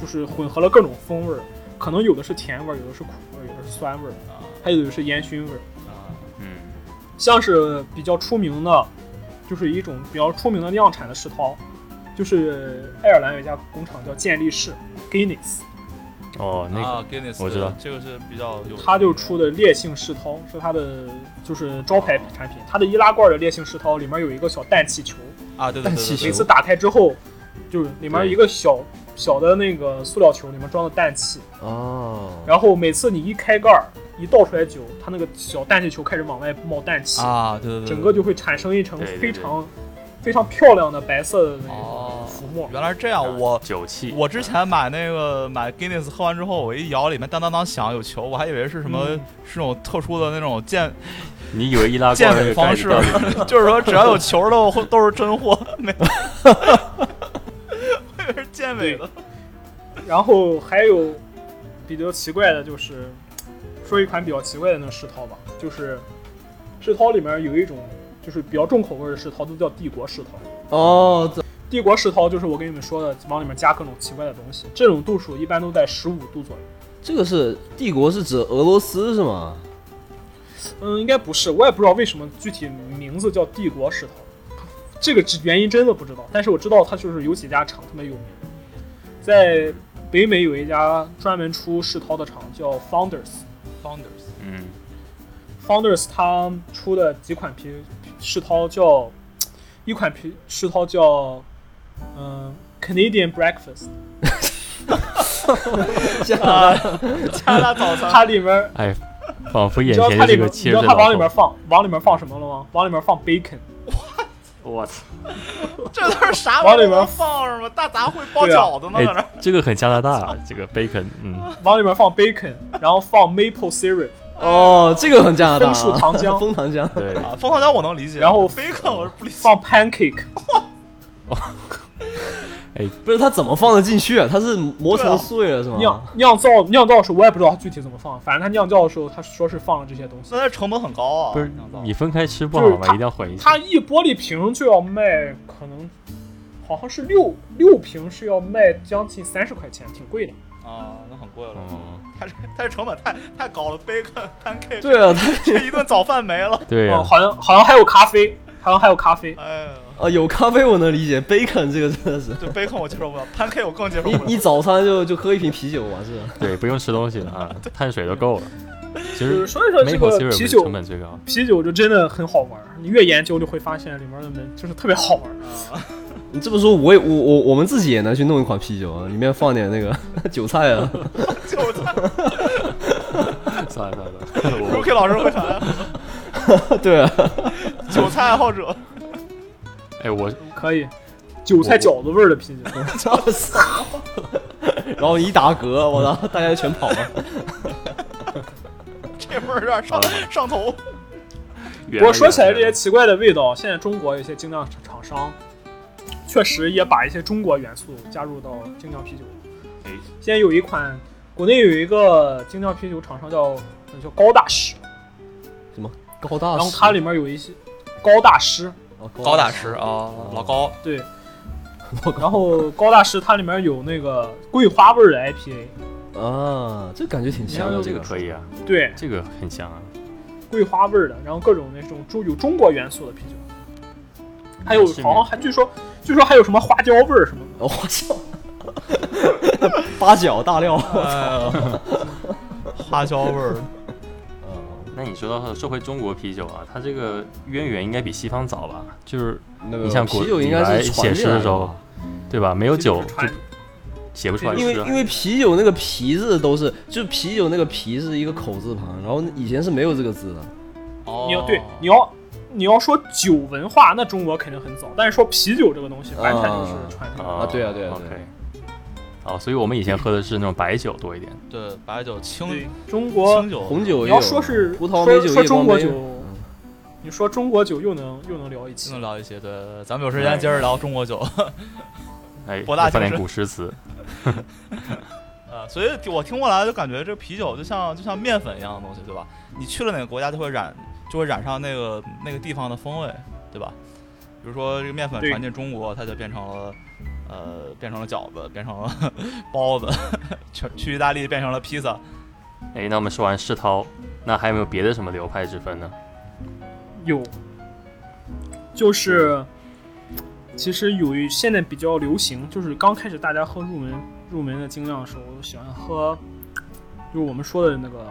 Speaker 4: 就是混合了各种风味儿，可能有的是甜味儿，有的是苦味儿，有的是酸味儿，
Speaker 1: 啊
Speaker 4: 还有的是烟熏味儿。
Speaker 1: 啊
Speaker 2: 嗯，
Speaker 4: 像是比较出名的，就是一种比较出名的量产的世涛，就是爱尔兰有一家工厂叫健力士 （Guinness），
Speaker 2: 哦，那个
Speaker 1: 啊，Guinness，
Speaker 2: 我知道
Speaker 1: 这个是比较有，
Speaker 4: 它就出的烈性世涛是它的就是招牌产品，它的易拉罐的烈性世涛里面有一个小氮气球。
Speaker 1: 啊，对对
Speaker 3: 氮气
Speaker 1: 对
Speaker 3: 球
Speaker 1: 对
Speaker 4: 每次打开之后，就是里面一个小小的那个塑料球，里面装的氮气，
Speaker 3: 哦，
Speaker 4: 然后每次你一开盖儿，一倒出来酒，它那个小氮气球开始往外冒氮气，
Speaker 1: 啊，对对对，
Speaker 4: 整个就会产生一层
Speaker 2: 对对对
Speaker 4: 非常非常漂亮的白色的那个
Speaker 1: 哦
Speaker 4: 浮沫。
Speaker 1: 原来是这样，我
Speaker 2: 酒气。
Speaker 1: 我之前买那个买 Guinness 喝完之后，我一摇里面当当当响有球，我还以为是什么、
Speaker 4: 嗯
Speaker 1: 是那种特殊的那种健
Speaker 2: 你以为易拉罐
Speaker 1: 健
Speaker 2: 这
Speaker 1: 美
Speaker 2: 个
Speaker 1: 方
Speaker 2: 盖
Speaker 1: 式
Speaker 2: 子到底，
Speaker 1: 就是说只要有球的会都是真货，没。我以为是健美的，
Speaker 4: 然后还有比较奇怪的就是，说一款比较奇怪的那世涛吧，就是世涛里面有一种就是比较重口味的世涛，都叫帝国世涛。
Speaker 3: 哦，这
Speaker 4: 帝国世涛就是我跟你们说的，往里面加各种奇怪的东西，这种度数一般都在十五度左右。
Speaker 3: 这个是帝国是指俄罗斯是吗？
Speaker 4: 嗯，应该不是，我也不知道为什么具体名字叫帝国食堂，这个只原因真的不知道。但是我知道它就是有几家厂特别有名，在北美有一家专门出世涛的厂叫 Founders。Founders
Speaker 2: 嗯，
Speaker 4: Founders 它出的几款啤世涛叫，一款啤世涛叫，嗯、Canadian Breakfast，
Speaker 3: 加拿大
Speaker 1: 加拿大早餐。
Speaker 4: 它里面儿
Speaker 2: 哎，仿佛
Speaker 4: 你
Speaker 2: 眼
Speaker 4: 知道
Speaker 2: 前就
Speaker 4: 它
Speaker 2: 是
Speaker 4: 里
Speaker 2: 个
Speaker 4: 面，
Speaker 2: 七十
Speaker 4: 你知道
Speaker 2: 岁
Speaker 4: 它
Speaker 2: 老
Speaker 4: 往里面
Speaker 2: 头。
Speaker 4: 放往里面放什么了吗？往里面放 bacon。
Speaker 2: 我操，
Speaker 1: 这都是啥
Speaker 4: 往
Speaker 1: 玩
Speaker 4: 里
Speaker 1: 意
Speaker 4: 边
Speaker 1: 儿放什么大杂烩包
Speaker 4: 对啊
Speaker 1: 饺子呢？在那儿
Speaker 2: 哎，这个很加拿大啊，这个 bacon，嗯，
Speaker 4: 往里面放 bacon，然后放 maple syrup，
Speaker 3: 哦，这个很加拿大啊，
Speaker 4: 哎枫树糖浆
Speaker 3: 枫糖浆，
Speaker 2: 对，
Speaker 4: 哦
Speaker 1: 啊，蜂糖浆我能理解，
Speaker 4: 然后
Speaker 1: bacon 我是不理解。
Speaker 4: 放 pancake，
Speaker 3: 不是它怎么放得进去啊？它是磨成碎了是
Speaker 2: 啊
Speaker 4: 酿
Speaker 3: 吗？
Speaker 4: 酿造酿造的时候我也不知道它具体怎么放，反正它酿造的时候他说是放了这些东西
Speaker 1: 那。它成本很高啊，
Speaker 2: 不是
Speaker 1: 酿造
Speaker 2: 你分开吃不
Speaker 4: 就是
Speaker 2: 好吗？
Speaker 4: 它
Speaker 2: 一定要混一起。
Speaker 4: 它一玻璃瓶就要卖，可能好像是六六瓶是要卖将近三十块钱，挺贵的。
Speaker 1: 啊，那很贵了。
Speaker 2: 哦，
Speaker 1: 它这它这成本太太高了，bacon pancake
Speaker 3: 对啊，它
Speaker 1: 这一顿早饭没了。
Speaker 2: 对啊呀
Speaker 4: 嗯，，好像好像还有咖啡，好像还有咖啡。
Speaker 1: 哎呀，
Speaker 3: 啊有咖啡我能理解，bacon 这个真的是
Speaker 1: 对 bacon 我接受不了，pancake 我更接受不了。
Speaker 3: 一一早餐就就喝一瓶啤酒完事了。
Speaker 2: 对，不用吃东西了 啊，碳水都够了。其
Speaker 4: 就是
Speaker 2: 实
Speaker 4: 所以说这
Speaker 2: maple
Speaker 4: 个啤
Speaker 2: syrup
Speaker 4: 酒
Speaker 2: 成本最高，
Speaker 4: 啤酒就真的很好玩儿，你越研究就会发现里面的门就是特别好玩儿。
Speaker 3: 你这么说，我也我我我们自己也能去弄一款啤酒啊，里面放点那个 韭菜啊。
Speaker 1: 就 在
Speaker 2: 算了算了， 我
Speaker 1: Rookie 老师会啥呀？
Speaker 3: 对啊，
Speaker 1: 韭菜爱好者，
Speaker 2: 哎我
Speaker 4: 可以，韭菜饺子味儿的啤酒。
Speaker 3: 我操！ 然后一打嗝，我操，大家就全跑了。
Speaker 1: 这味儿有点上上头。
Speaker 2: 不
Speaker 4: 不过说起来这些奇怪的味道，现在中国有些精酿厂商确实也把一些中国元素加入到精酿啤酒。
Speaker 2: 哎
Speaker 4: 现在有一款国内有一个精酿啤酒厂商叫呃叫高大师，
Speaker 3: 高大
Speaker 4: 然后
Speaker 3: 师，
Speaker 4: 它里面有一些高大师，
Speaker 3: 哦
Speaker 1: 高大
Speaker 3: 大
Speaker 1: 师
Speaker 3: 师
Speaker 1: 啊，老高，
Speaker 4: 对，然后高大师它里面有那个桂花味儿的 IPA，
Speaker 3: 啊，这感觉挺香的。
Speaker 2: 这个可以啊，
Speaker 4: 对，
Speaker 2: 这个很香啊，
Speaker 4: 桂花味儿的，然后各种那种中有中国元素的啤酒，还有
Speaker 2: 是
Speaker 4: 好像还据说据说还有什么花椒味儿什么的。
Speaker 3: 我操！八角大料，
Speaker 1: 哎 花椒味儿，
Speaker 3: 嗯啊
Speaker 2: 那你说到说回中国啤酒啊，它这个渊源应该比西方早吧？就是
Speaker 4: 呃
Speaker 3: 那
Speaker 2: 你像
Speaker 3: 个
Speaker 2: 国
Speaker 3: 啤酒应
Speaker 2: 你
Speaker 3: 该
Speaker 2: 来
Speaker 3: 是传
Speaker 2: 写诗
Speaker 3: 进来
Speaker 2: 的时
Speaker 3: 的
Speaker 2: 候啊
Speaker 3: 吧，，
Speaker 2: 对吧？没有酒
Speaker 4: 就是
Speaker 2: 就
Speaker 4: 传
Speaker 2: 写不出来
Speaker 3: 因为
Speaker 2: 诗啊
Speaker 3: 因。为啤酒那个啤字都是，就是啤酒那个啤是一个口字旁，然后以前是没有这个字的。
Speaker 1: 哦
Speaker 4: 你要对你要你要说酒文化，那中国肯定很早，但是说啤酒这个东西，完全就是传统。
Speaker 2: 啊
Speaker 3: 对啊对啊对啊
Speaker 2: OK。哦，所以我们以前喝的是那种白酒多一点，
Speaker 1: 对白酒清
Speaker 4: 对中国
Speaker 1: 清，酒
Speaker 3: 红酒
Speaker 4: 你
Speaker 3: 也
Speaker 4: 要
Speaker 3: 有，
Speaker 4: 说是
Speaker 3: 葡萄
Speaker 4: 说
Speaker 3: 美酒、
Speaker 4: 说
Speaker 3: 夜光
Speaker 4: 中国
Speaker 3: 杯
Speaker 4: 酒，，你说中国酒又能又能聊一期
Speaker 1: 能。聊一些，对对，对咱们有时间接着聊中国酒。
Speaker 2: 哎，
Speaker 1: 博大精
Speaker 2: 放点
Speaker 1: 深
Speaker 2: 古诗词，
Speaker 1: 呃，所以我听过来就感觉这啤酒就像就像面粉一样的东西，对吧？你去了哪个国家就会染就会染上那个那个地方的风味，对吧？比如说这个面粉
Speaker 4: 对
Speaker 1: 传进中国，它就变成了呃变成了饺子，变成了 包子，去去意大利变成了披萨。
Speaker 2: 哎，那我们说完世涛，那还有没有别的什么流派之分呢？
Speaker 4: 有，就是其实有一现在比较流行，就是刚开始大家喝入门入门的精酿的时候，喜欢喝，就是我们说的那个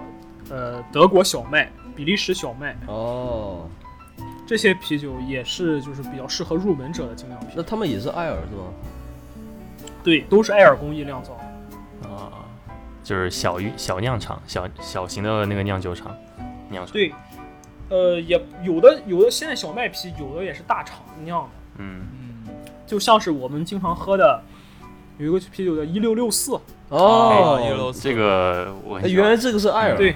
Speaker 4: 呃德国小麦、比利时小麦
Speaker 3: 哦，
Speaker 4: 这些啤酒，也是就是比较适合入门者的精酿啤酒
Speaker 3: 那。他们也是艾尔是吗？
Speaker 4: 对，都是艾尔工艺酿造。
Speaker 2: 啊，就是小于小酿厂、小小型的那个酿酒厂，酿出来。
Speaker 4: 对，呃，也有的有的现在小麦啤，有的也是大厂酿的。
Speaker 2: 嗯，
Speaker 1: 嗯，
Speaker 4: 就像是我们经常喝的有一个啤酒叫一六六四，
Speaker 2: 哎
Speaker 1: 哦一
Speaker 3: 哦，
Speaker 1: 六
Speaker 2: 这个我很
Speaker 3: 哎
Speaker 2: 喜
Speaker 3: 原
Speaker 2: 欢
Speaker 3: 来这个是艾尔，
Speaker 4: 对，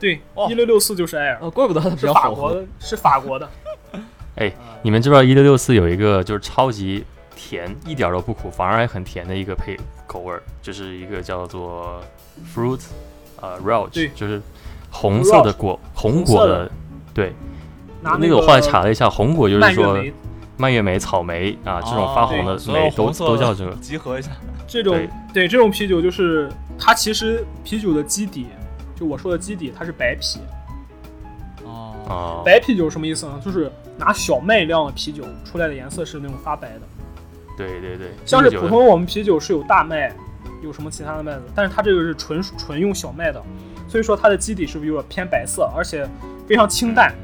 Speaker 4: 对
Speaker 1: 哦，
Speaker 4: 一六六四就是艾尔，
Speaker 3: 哦，怪不得它比
Speaker 4: 是
Speaker 3: 较
Speaker 4: 法
Speaker 3: 好
Speaker 4: 国
Speaker 3: 喝。
Speaker 4: 的，是法国的。
Speaker 2: 哎，你们知不知道一六六四有一个就是超级甜，一点儿都不苦，反而还很甜的一个配口味儿，就是一个叫做 fruit 呃 rouge，
Speaker 4: 对
Speaker 2: 就是红色的果，红果
Speaker 4: 红色
Speaker 2: 的，对，
Speaker 4: 拿
Speaker 2: 那
Speaker 4: 个
Speaker 2: 我后来查了一下，红果就是
Speaker 4: 蔓越
Speaker 2: 说
Speaker 4: 莓
Speaker 2: 蔓越莓、草莓啊这种发红的
Speaker 1: 哦对
Speaker 2: 莓都
Speaker 1: 所有红色的
Speaker 2: 都叫这个，
Speaker 1: 集合一下，
Speaker 4: 这种
Speaker 2: 对
Speaker 4: 对这种啤酒，就是它其实啤酒的基底，就我说的基底，它是白啤。
Speaker 1: 哦，
Speaker 2: 哦，
Speaker 4: 白啤酒什么意思呢？就是拿小麦量的啤酒出来的颜色是那种发白的，
Speaker 2: 对对对，
Speaker 4: 像是
Speaker 2: 这个就
Speaker 4: 普通我们啤酒是有大麦，有什么其他的麦子，但是它这个是纯属纯用小麦的，所以说它的基底是不是有点偏白色，而且非常清淡。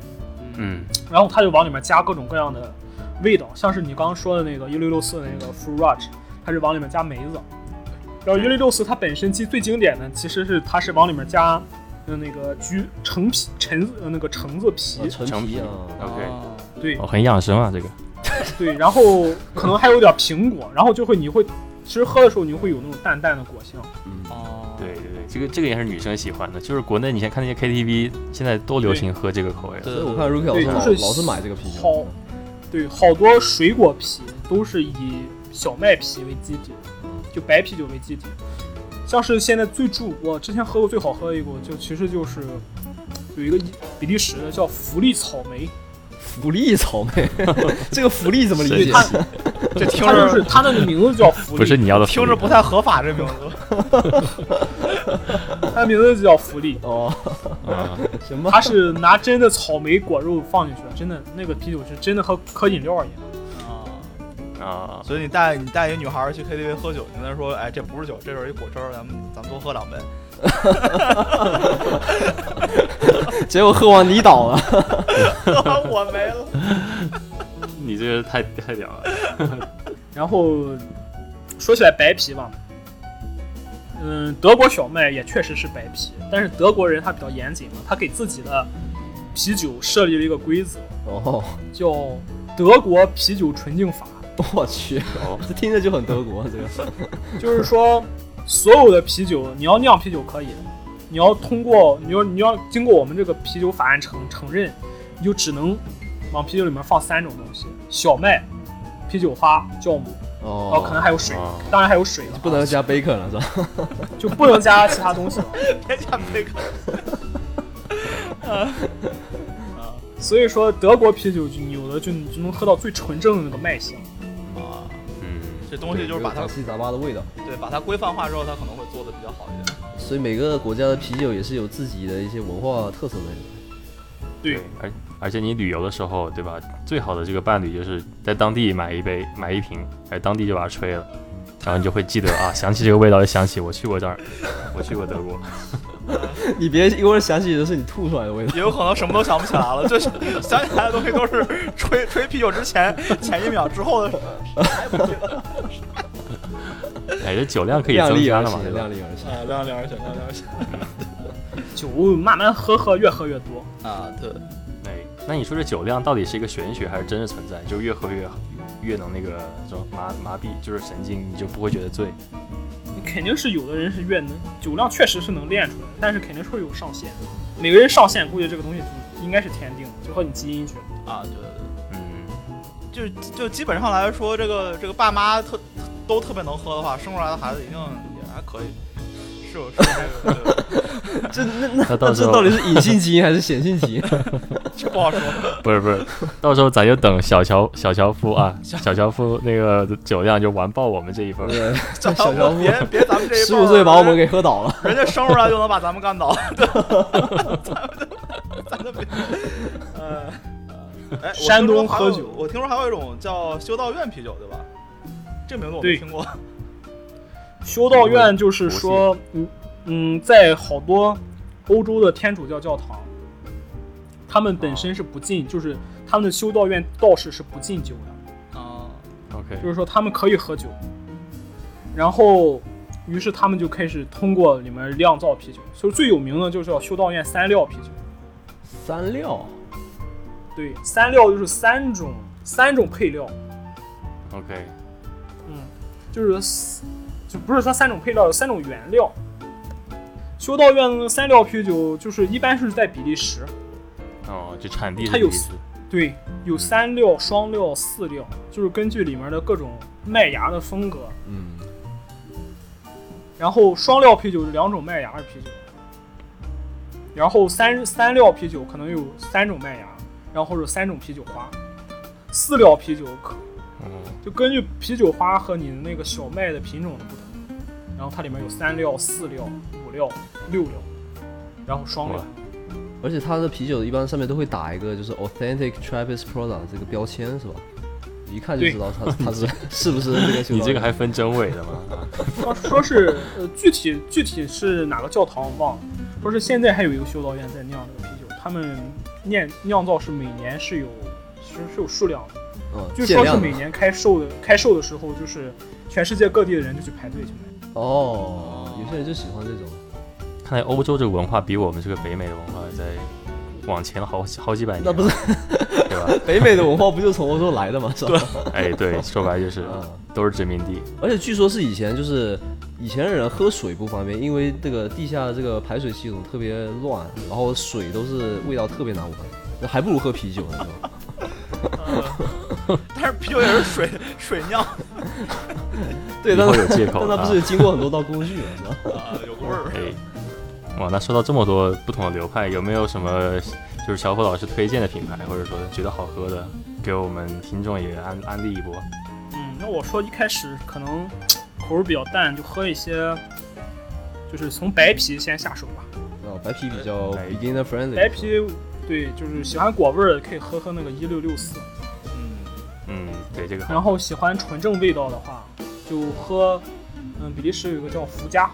Speaker 2: 嗯
Speaker 4: 然后他就往里面加各种各样的味道，像是你刚刚说的那个一六六四那个 f r u r a g e 它是往里面加梅子。然后一六六四它本身其最经典的其实是它是往里面加，嗯那个橘橙皮橙子呃那个橙子皮，
Speaker 3: 哦陈
Speaker 2: 橙
Speaker 3: 皮
Speaker 2: 皮
Speaker 3: 啊，
Speaker 2: OK
Speaker 1: 哦
Speaker 4: 对
Speaker 2: 哦很养生啊这个，
Speaker 4: 对，然后可能还有点苹果，然后就会你会其实喝的时候你会有那种淡淡的果香，
Speaker 3: 嗯，
Speaker 1: 哦，
Speaker 2: 对对对，这个这个也是女生喜欢的，就是国内你先看那些 KTV 现在都流行喝这个口味了，
Speaker 1: 对
Speaker 3: 所以我看 Rookie 老
Speaker 4: 对
Speaker 3: 师老
Speaker 4: 就是
Speaker 3: 老是买这个啤酒，
Speaker 4: 好对，好多水果啤都是以小麦啤为基底，嗯就白啤酒为基底。像是现在最著，我之前喝过最好喝的一个，就其实就是有一个比利时的叫福利草莓，
Speaker 3: 福利草 莓，这个福利怎么
Speaker 2: 神
Speaker 3: 理解
Speaker 2: 奇？
Speaker 1: 这听
Speaker 4: 它就是
Speaker 1: 着
Speaker 4: 它那个名字叫福利，
Speaker 2: 不是你要的福
Speaker 1: 听
Speaker 2: 利，
Speaker 1: 着不太合法，这名字。
Speaker 4: 它的名字就叫福利，
Speaker 3: 哦，
Speaker 2: 啊
Speaker 3: 行吧
Speaker 4: 它，是拿真的草莓果肉放进去的，真的那个啤酒是真的和喝饮料一样。
Speaker 1: 哦
Speaker 2: 啊，
Speaker 1: 所以你带你带一女孩儿去 KTV 喝酒，你跟她说，哎，这不是酒，这是一果汁儿，咱们咱们多喝两杯。
Speaker 3: 结果喝完你倒了。
Speaker 1: 我没了。
Speaker 2: 你这个太太屌了，
Speaker 4: 然后说起来白啤吧，嗯，德国小麦也确实是白啤，但是德国人他比较严谨嘛，他给自己的啤酒设立了一个规则，
Speaker 3: 哦，
Speaker 4: 叫德国啤酒纯净法，
Speaker 3: 我去，
Speaker 2: 哦
Speaker 3: 这听着就很德国，这个
Speaker 4: 就是说所有的啤酒你要酿啤酒可以，你要通过你要你要经过我们这个啤酒法案承承认，你就只能往啤酒里面放三种东西：小麦、啤酒花、酵母，然后可能
Speaker 3: 哦，
Speaker 4: 还有水，
Speaker 2: 哦
Speaker 4: 当然还有水了啊，
Speaker 3: 不能加 bacon 了是吧？
Speaker 4: 就不能加其他东西了。
Speaker 1: 别讲这 个。啊
Speaker 4: 所以说德国啤酒就有的就你就能喝到最纯正的那个麦香。
Speaker 1: 啊，
Speaker 2: 嗯，
Speaker 1: 这东西就是把它
Speaker 3: 杂七杂八的味道。
Speaker 1: 对把它规范化之后，它可能会做的比较好一点。
Speaker 3: 所以每个国家的啤酒也是有自己的一些文化特色在
Speaker 4: 对，
Speaker 2: 而而且你旅游的时候，对吧？最好的这个伴侣就是在当地买一杯，买一瓶，哎，当地就把它吹了，然后你就会记得 啊，想起这个味道就想起我去过这儿， 我去过德国，
Speaker 3: 里。 你别一会儿想起的是你吐出来的味道。
Speaker 1: 也有可能什么都想不起来了，就是 想起来的东西都是吹吹啤酒之前前一秒之后的。
Speaker 2: 哎，这酒量可以
Speaker 3: 量
Speaker 2: 增
Speaker 3: 力
Speaker 2: 加
Speaker 3: 而
Speaker 2: 了嘛，对
Speaker 3: 行，
Speaker 2: 吧
Speaker 3: 量？力而行。
Speaker 1: 啊，量力而行，量力而行。
Speaker 4: 酒慢慢喝喝，越喝越多。
Speaker 1: 啊，对，
Speaker 2: 哎，那你说这酒量到底是一个玄学还是真的存在？就越喝越好越能那个什么麻麻痹，就是神经，你就不会觉得醉。
Speaker 4: 肯定是有的人是越能酒量确实是能练出来，但是肯定是会有上限。每个人上限估计这个东西就应该是天定的，就和你基因决定。
Speaker 1: 啊，对对
Speaker 2: 嗯，
Speaker 1: 对，就就基本上来说，这个这个爸妈特都特别能喝的话，生出来的孩子一定也还可以，是有是有这个对，
Speaker 3: 这那那
Speaker 2: 那
Speaker 3: 那
Speaker 2: 到时
Speaker 3: 这
Speaker 2: 候
Speaker 3: 到底是隐性基因还是显性基因？
Speaker 1: 这不好说。
Speaker 2: 不是不是，到时候咱就等小乔小乔夫啊，小乔夫那个酒量就完爆我们这一份儿。
Speaker 3: 对，
Speaker 1: 小
Speaker 3: 乔夫
Speaker 1: 别别咱们这一
Speaker 3: 十
Speaker 1: 辈儿
Speaker 3: 五岁把我们给喝倒了。
Speaker 1: 人家生出来就能把咱们干倒，咱们就咱们别，呃，哎，我听说
Speaker 4: 山东
Speaker 1: 还有
Speaker 4: 喝酒
Speaker 1: 我听说还有一种叫修道院啤酒，对吧？这名字我没
Speaker 4: 对
Speaker 1: 听过。
Speaker 4: 修道院就是说，嗯嗯，在好多欧洲的天主教教堂，他们本身是不禁，就是他们的修道院道士是不禁酒的。
Speaker 1: 啊，
Speaker 2: OK，
Speaker 4: 就是说他们可以喝酒，然后于是他们就开始通过里面酿造啤酒，所以最有名的就是叫修道院三料啤酒。
Speaker 3: 三料，
Speaker 4: 对，三料就是三种三种配料，
Speaker 2: OK，
Speaker 4: 嗯，就是四就不是它三种配料，有三种原料。修道院三料啤酒就是一般是在比利时，
Speaker 2: 哦，就产地是
Speaker 4: 它有
Speaker 2: 比利时
Speaker 4: 对，有三料、双料、四料，就是根据里面的各种麦芽的风格。
Speaker 3: 嗯，
Speaker 4: 然后双料啤酒是两种麦芽的啤酒，然后三三料啤酒可能有三种麦芽，然后或者三种啤酒花，四料啤酒可
Speaker 2: 嗯，
Speaker 4: 就根据啤酒花和你的那个小麦的品种的不同，然后它里面有三料、四料、五料、六料，然后双料
Speaker 2: 哇。
Speaker 3: 而且它的啤酒一般上面都会打一个就是 authentic Trappist product 这个标签是吧？一看就
Speaker 4: 对
Speaker 3: 知道它它 是是不是这个修道院。
Speaker 2: 你这个还分真伪的吗？啊
Speaker 4: 要是说是呃具体具体是哪个教堂我忘了，说是现在还有一个修道院在酿这个啤酒，他们酿酿造是每年是有是是有数量的，
Speaker 3: 嗯，
Speaker 4: 据
Speaker 3: 限
Speaker 4: 说是
Speaker 3: 量的
Speaker 4: 每年开售的开售的时候，就是全世界各地的人就去排队去买。
Speaker 3: 哦，有些人就喜欢这种。
Speaker 2: 看来欧洲这个文化比我们这个北美的文化在往前好好几百年，
Speaker 3: 那不是
Speaker 2: 对 吧？
Speaker 3: 北美的文化不就从欧洲来的吗？是吧？
Speaker 2: 哎，对，说白就是
Speaker 3: 嗯
Speaker 2: 都是殖民地，
Speaker 3: 而且据说是以前就是以前的人喝水不方便，因为这个地下的这个排水系统特别乱，然后水都是味道特别难闻，那还不如喝啤酒呢。是吧
Speaker 1: 但是啤酒也是水水酿
Speaker 3: 对，
Speaker 2: 以
Speaker 3: 但
Speaker 2: 后
Speaker 3: 是
Speaker 2: 有借口
Speaker 3: 但它
Speaker 2: 啊
Speaker 3: 不是经过很多道工序吗？ 是吧？
Speaker 1: 啊，有个味儿。
Speaker 2: 哎，哇，那说到这么多不同的流派，有没有什么就是小虎老师推荐的品牌，或者说觉得好喝的，给我们听众也安安利一波？
Speaker 4: 嗯，那我说一开始可能口味比较淡，就喝一些，就是从白啤先下手吧。
Speaker 3: 啊，白啤比较
Speaker 2: 白
Speaker 3: beginner friendly。
Speaker 4: 白啤对，就是喜欢果味儿的可以喝喝那个一六六四。
Speaker 1: 嗯，
Speaker 2: 嗯，对，这个好
Speaker 4: 然后喜欢纯正味道的话，就喝，嗯，比利时有一个叫福佳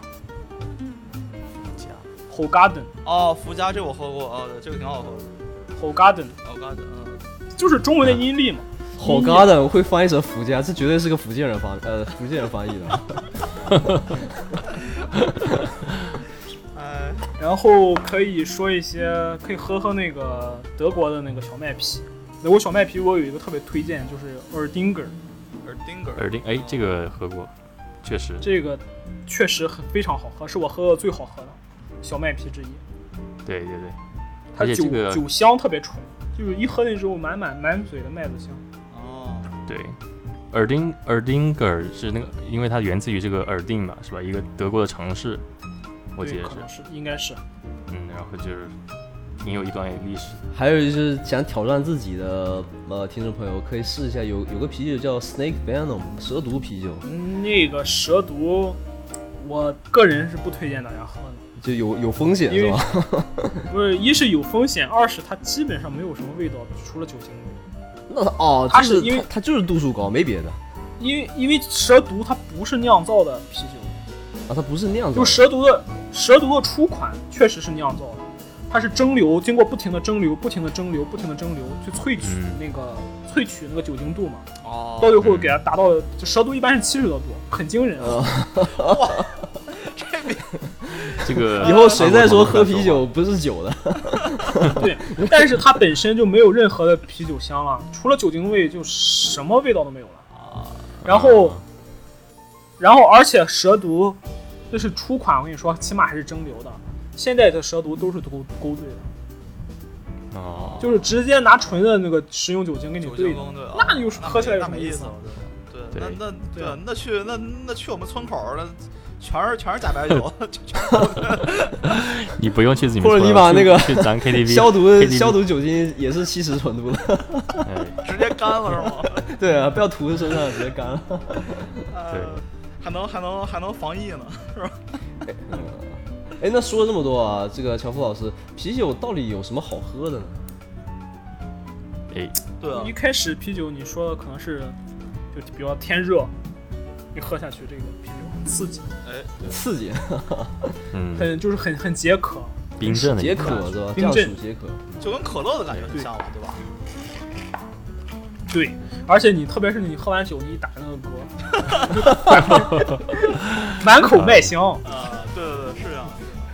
Speaker 2: 讲。
Speaker 4: （Hogarden）。
Speaker 1: 哦，福佳这我喝过，哦，对这个挺好喝的。
Speaker 4: Hogarden
Speaker 1: 我刚才嗯，
Speaker 4: 就是中文的音译嘛，
Speaker 3: 好嘎的，会翻译成福建，这绝对是个福建人翻呃福建人翻译的。
Speaker 1: 哎，
Speaker 4: 然后可以说一些，可以喝喝那个德国的那个小麦啤。德国小麦啤我有一个特别推荐，就是 e r d i n g e r
Speaker 1: 耳钉梗，
Speaker 2: 耳钉，哎，这个喝过，确实，
Speaker 4: 这个确实很非常好喝，是我喝过最好喝的小麦啤之一。
Speaker 2: 对对对，
Speaker 4: 它
Speaker 2: 而且
Speaker 4: 酒、
Speaker 2: 这个
Speaker 4: 酒香特别纯，就是一喝进去之后满满满嘴的麦子香。
Speaker 1: 哦，
Speaker 2: 对，耳钉耳钉格尔是那个，因为它源自于这个耳钉嘛，是吧？一个德国的城市，我记
Speaker 4: 对，
Speaker 2: 得
Speaker 4: 可
Speaker 2: 是
Speaker 4: 能，是应该是。
Speaker 2: 嗯，然后就是挺有一段历史，
Speaker 3: 还有就是想挑战自己的呃听众朋友可以试一下，有有个啤酒叫 Snake Venom 蛇毒啤酒，
Speaker 4: 那个蛇毒，我个人是不推荐大家喝的，
Speaker 3: 就有有风险
Speaker 4: 因
Speaker 3: 是
Speaker 4: 为
Speaker 3: 吧？
Speaker 4: 不是一是有风险，二是它基本上没有什么味道，除了酒精味。
Speaker 3: 那哦，
Speaker 4: 它
Speaker 3: 就是是
Speaker 4: 因为
Speaker 3: 它它就是度数高，没别的
Speaker 4: 因为因为蛇毒它不是酿造的啤酒，
Speaker 3: 啊，它不是那样子
Speaker 4: 就
Speaker 3: 的。
Speaker 4: 蛇毒的蛇毒的初款确实是酿造的，它是蒸馏，经过不停的蒸馏、不停的蒸馏、不停的蒸馏，去萃取
Speaker 2: 嗯
Speaker 4: 那个、萃取那个酒精度嘛，
Speaker 1: 哦
Speaker 4: 到最后
Speaker 2: 嗯
Speaker 4: 给它达到就蛇毒一般是七十多度，很惊人啊。
Speaker 2: 这个
Speaker 3: 以后谁再
Speaker 2: 啊
Speaker 3: 说喝啤酒不是酒的，
Speaker 4: 对，但是它本身就没有任何的啤酒香了，除了酒精味，就什么味道都没有了。
Speaker 1: 啊
Speaker 4: 然后，然后而且蛇毒，这是初款，我跟你说，起码还是蒸馏的。现在的蛇毒都是勾勾兑的，
Speaker 2: 哦，
Speaker 4: 就是直接拿纯的那个食用酒精给你
Speaker 1: 酒
Speaker 4: 兑
Speaker 1: 精
Speaker 4: 的。
Speaker 1: 工哎对，
Speaker 4: 那
Speaker 1: 哦
Speaker 4: 有什么
Speaker 1: 那
Speaker 4: 喝起来
Speaker 1: 没那
Speaker 4: 有什么
Speaker 1: 没
Speaker 4: 意
Speaker 1: 意
Speaker 4: 思
Speaker 1: 思
Speaker 4: 啊
Speaker 1: 了？对对，
Speaker 2: 对
Speaker 1: 那那
Speaker 4: 对啊
Speaker 1: 对那去那那去我们村口儿那全是全是假白 酒，全全是
Speaker 2: 你不用去你们
Speaker 3: 或者
Speaker 2: 村
Speaker 3: 你
Speaker 2: 了
Speaker 3: 把那个
Speaker 2: 去去咱 KTV
Speaker 3: 消毒的
Speaker 2: KTV
Speaker 3: 消毒酒精也是七十纯度的。
Speaker 2: 哎
Speaker 1: 直接干了 是吗？
Speaker 3: 对啊，不要涂在身上直接干了。
Speaker 1: 哎
Speaker 2: 对
Speaker 1: 还能还能还能防疫呢，是吧？
Speaker 3: 哎，那说了这么多啊，这个乔夫老师，啤酒到底有什么好喝的呢？
Speaker 2: 哎，
Speaker 1: 对 啊
Speaker 4: 一，开始啤酒你说的可能是就比较天热，你喝下去这个啤酒很刺激，
Speaker 1: 哎，
Speaker 3: 刺激，
Speaker 2: 嗯，
Speaker 4: 很就是很很解渴。
Speaker 2: 冰镇的
Speaker 3: 解渴是吧？
Speaker 4: 冰
Speaker 3: 降
Speaker 4: 镇
Speaker 3: 暑解渴。
Speaker 1: 就跟可乐的感觉很像嘛，对吧？
Speaker 4: 对，而且你特别是你喝完酒，你一打那个嗝， 满口麦香。
Speaker 1: 啊，对对对，是这样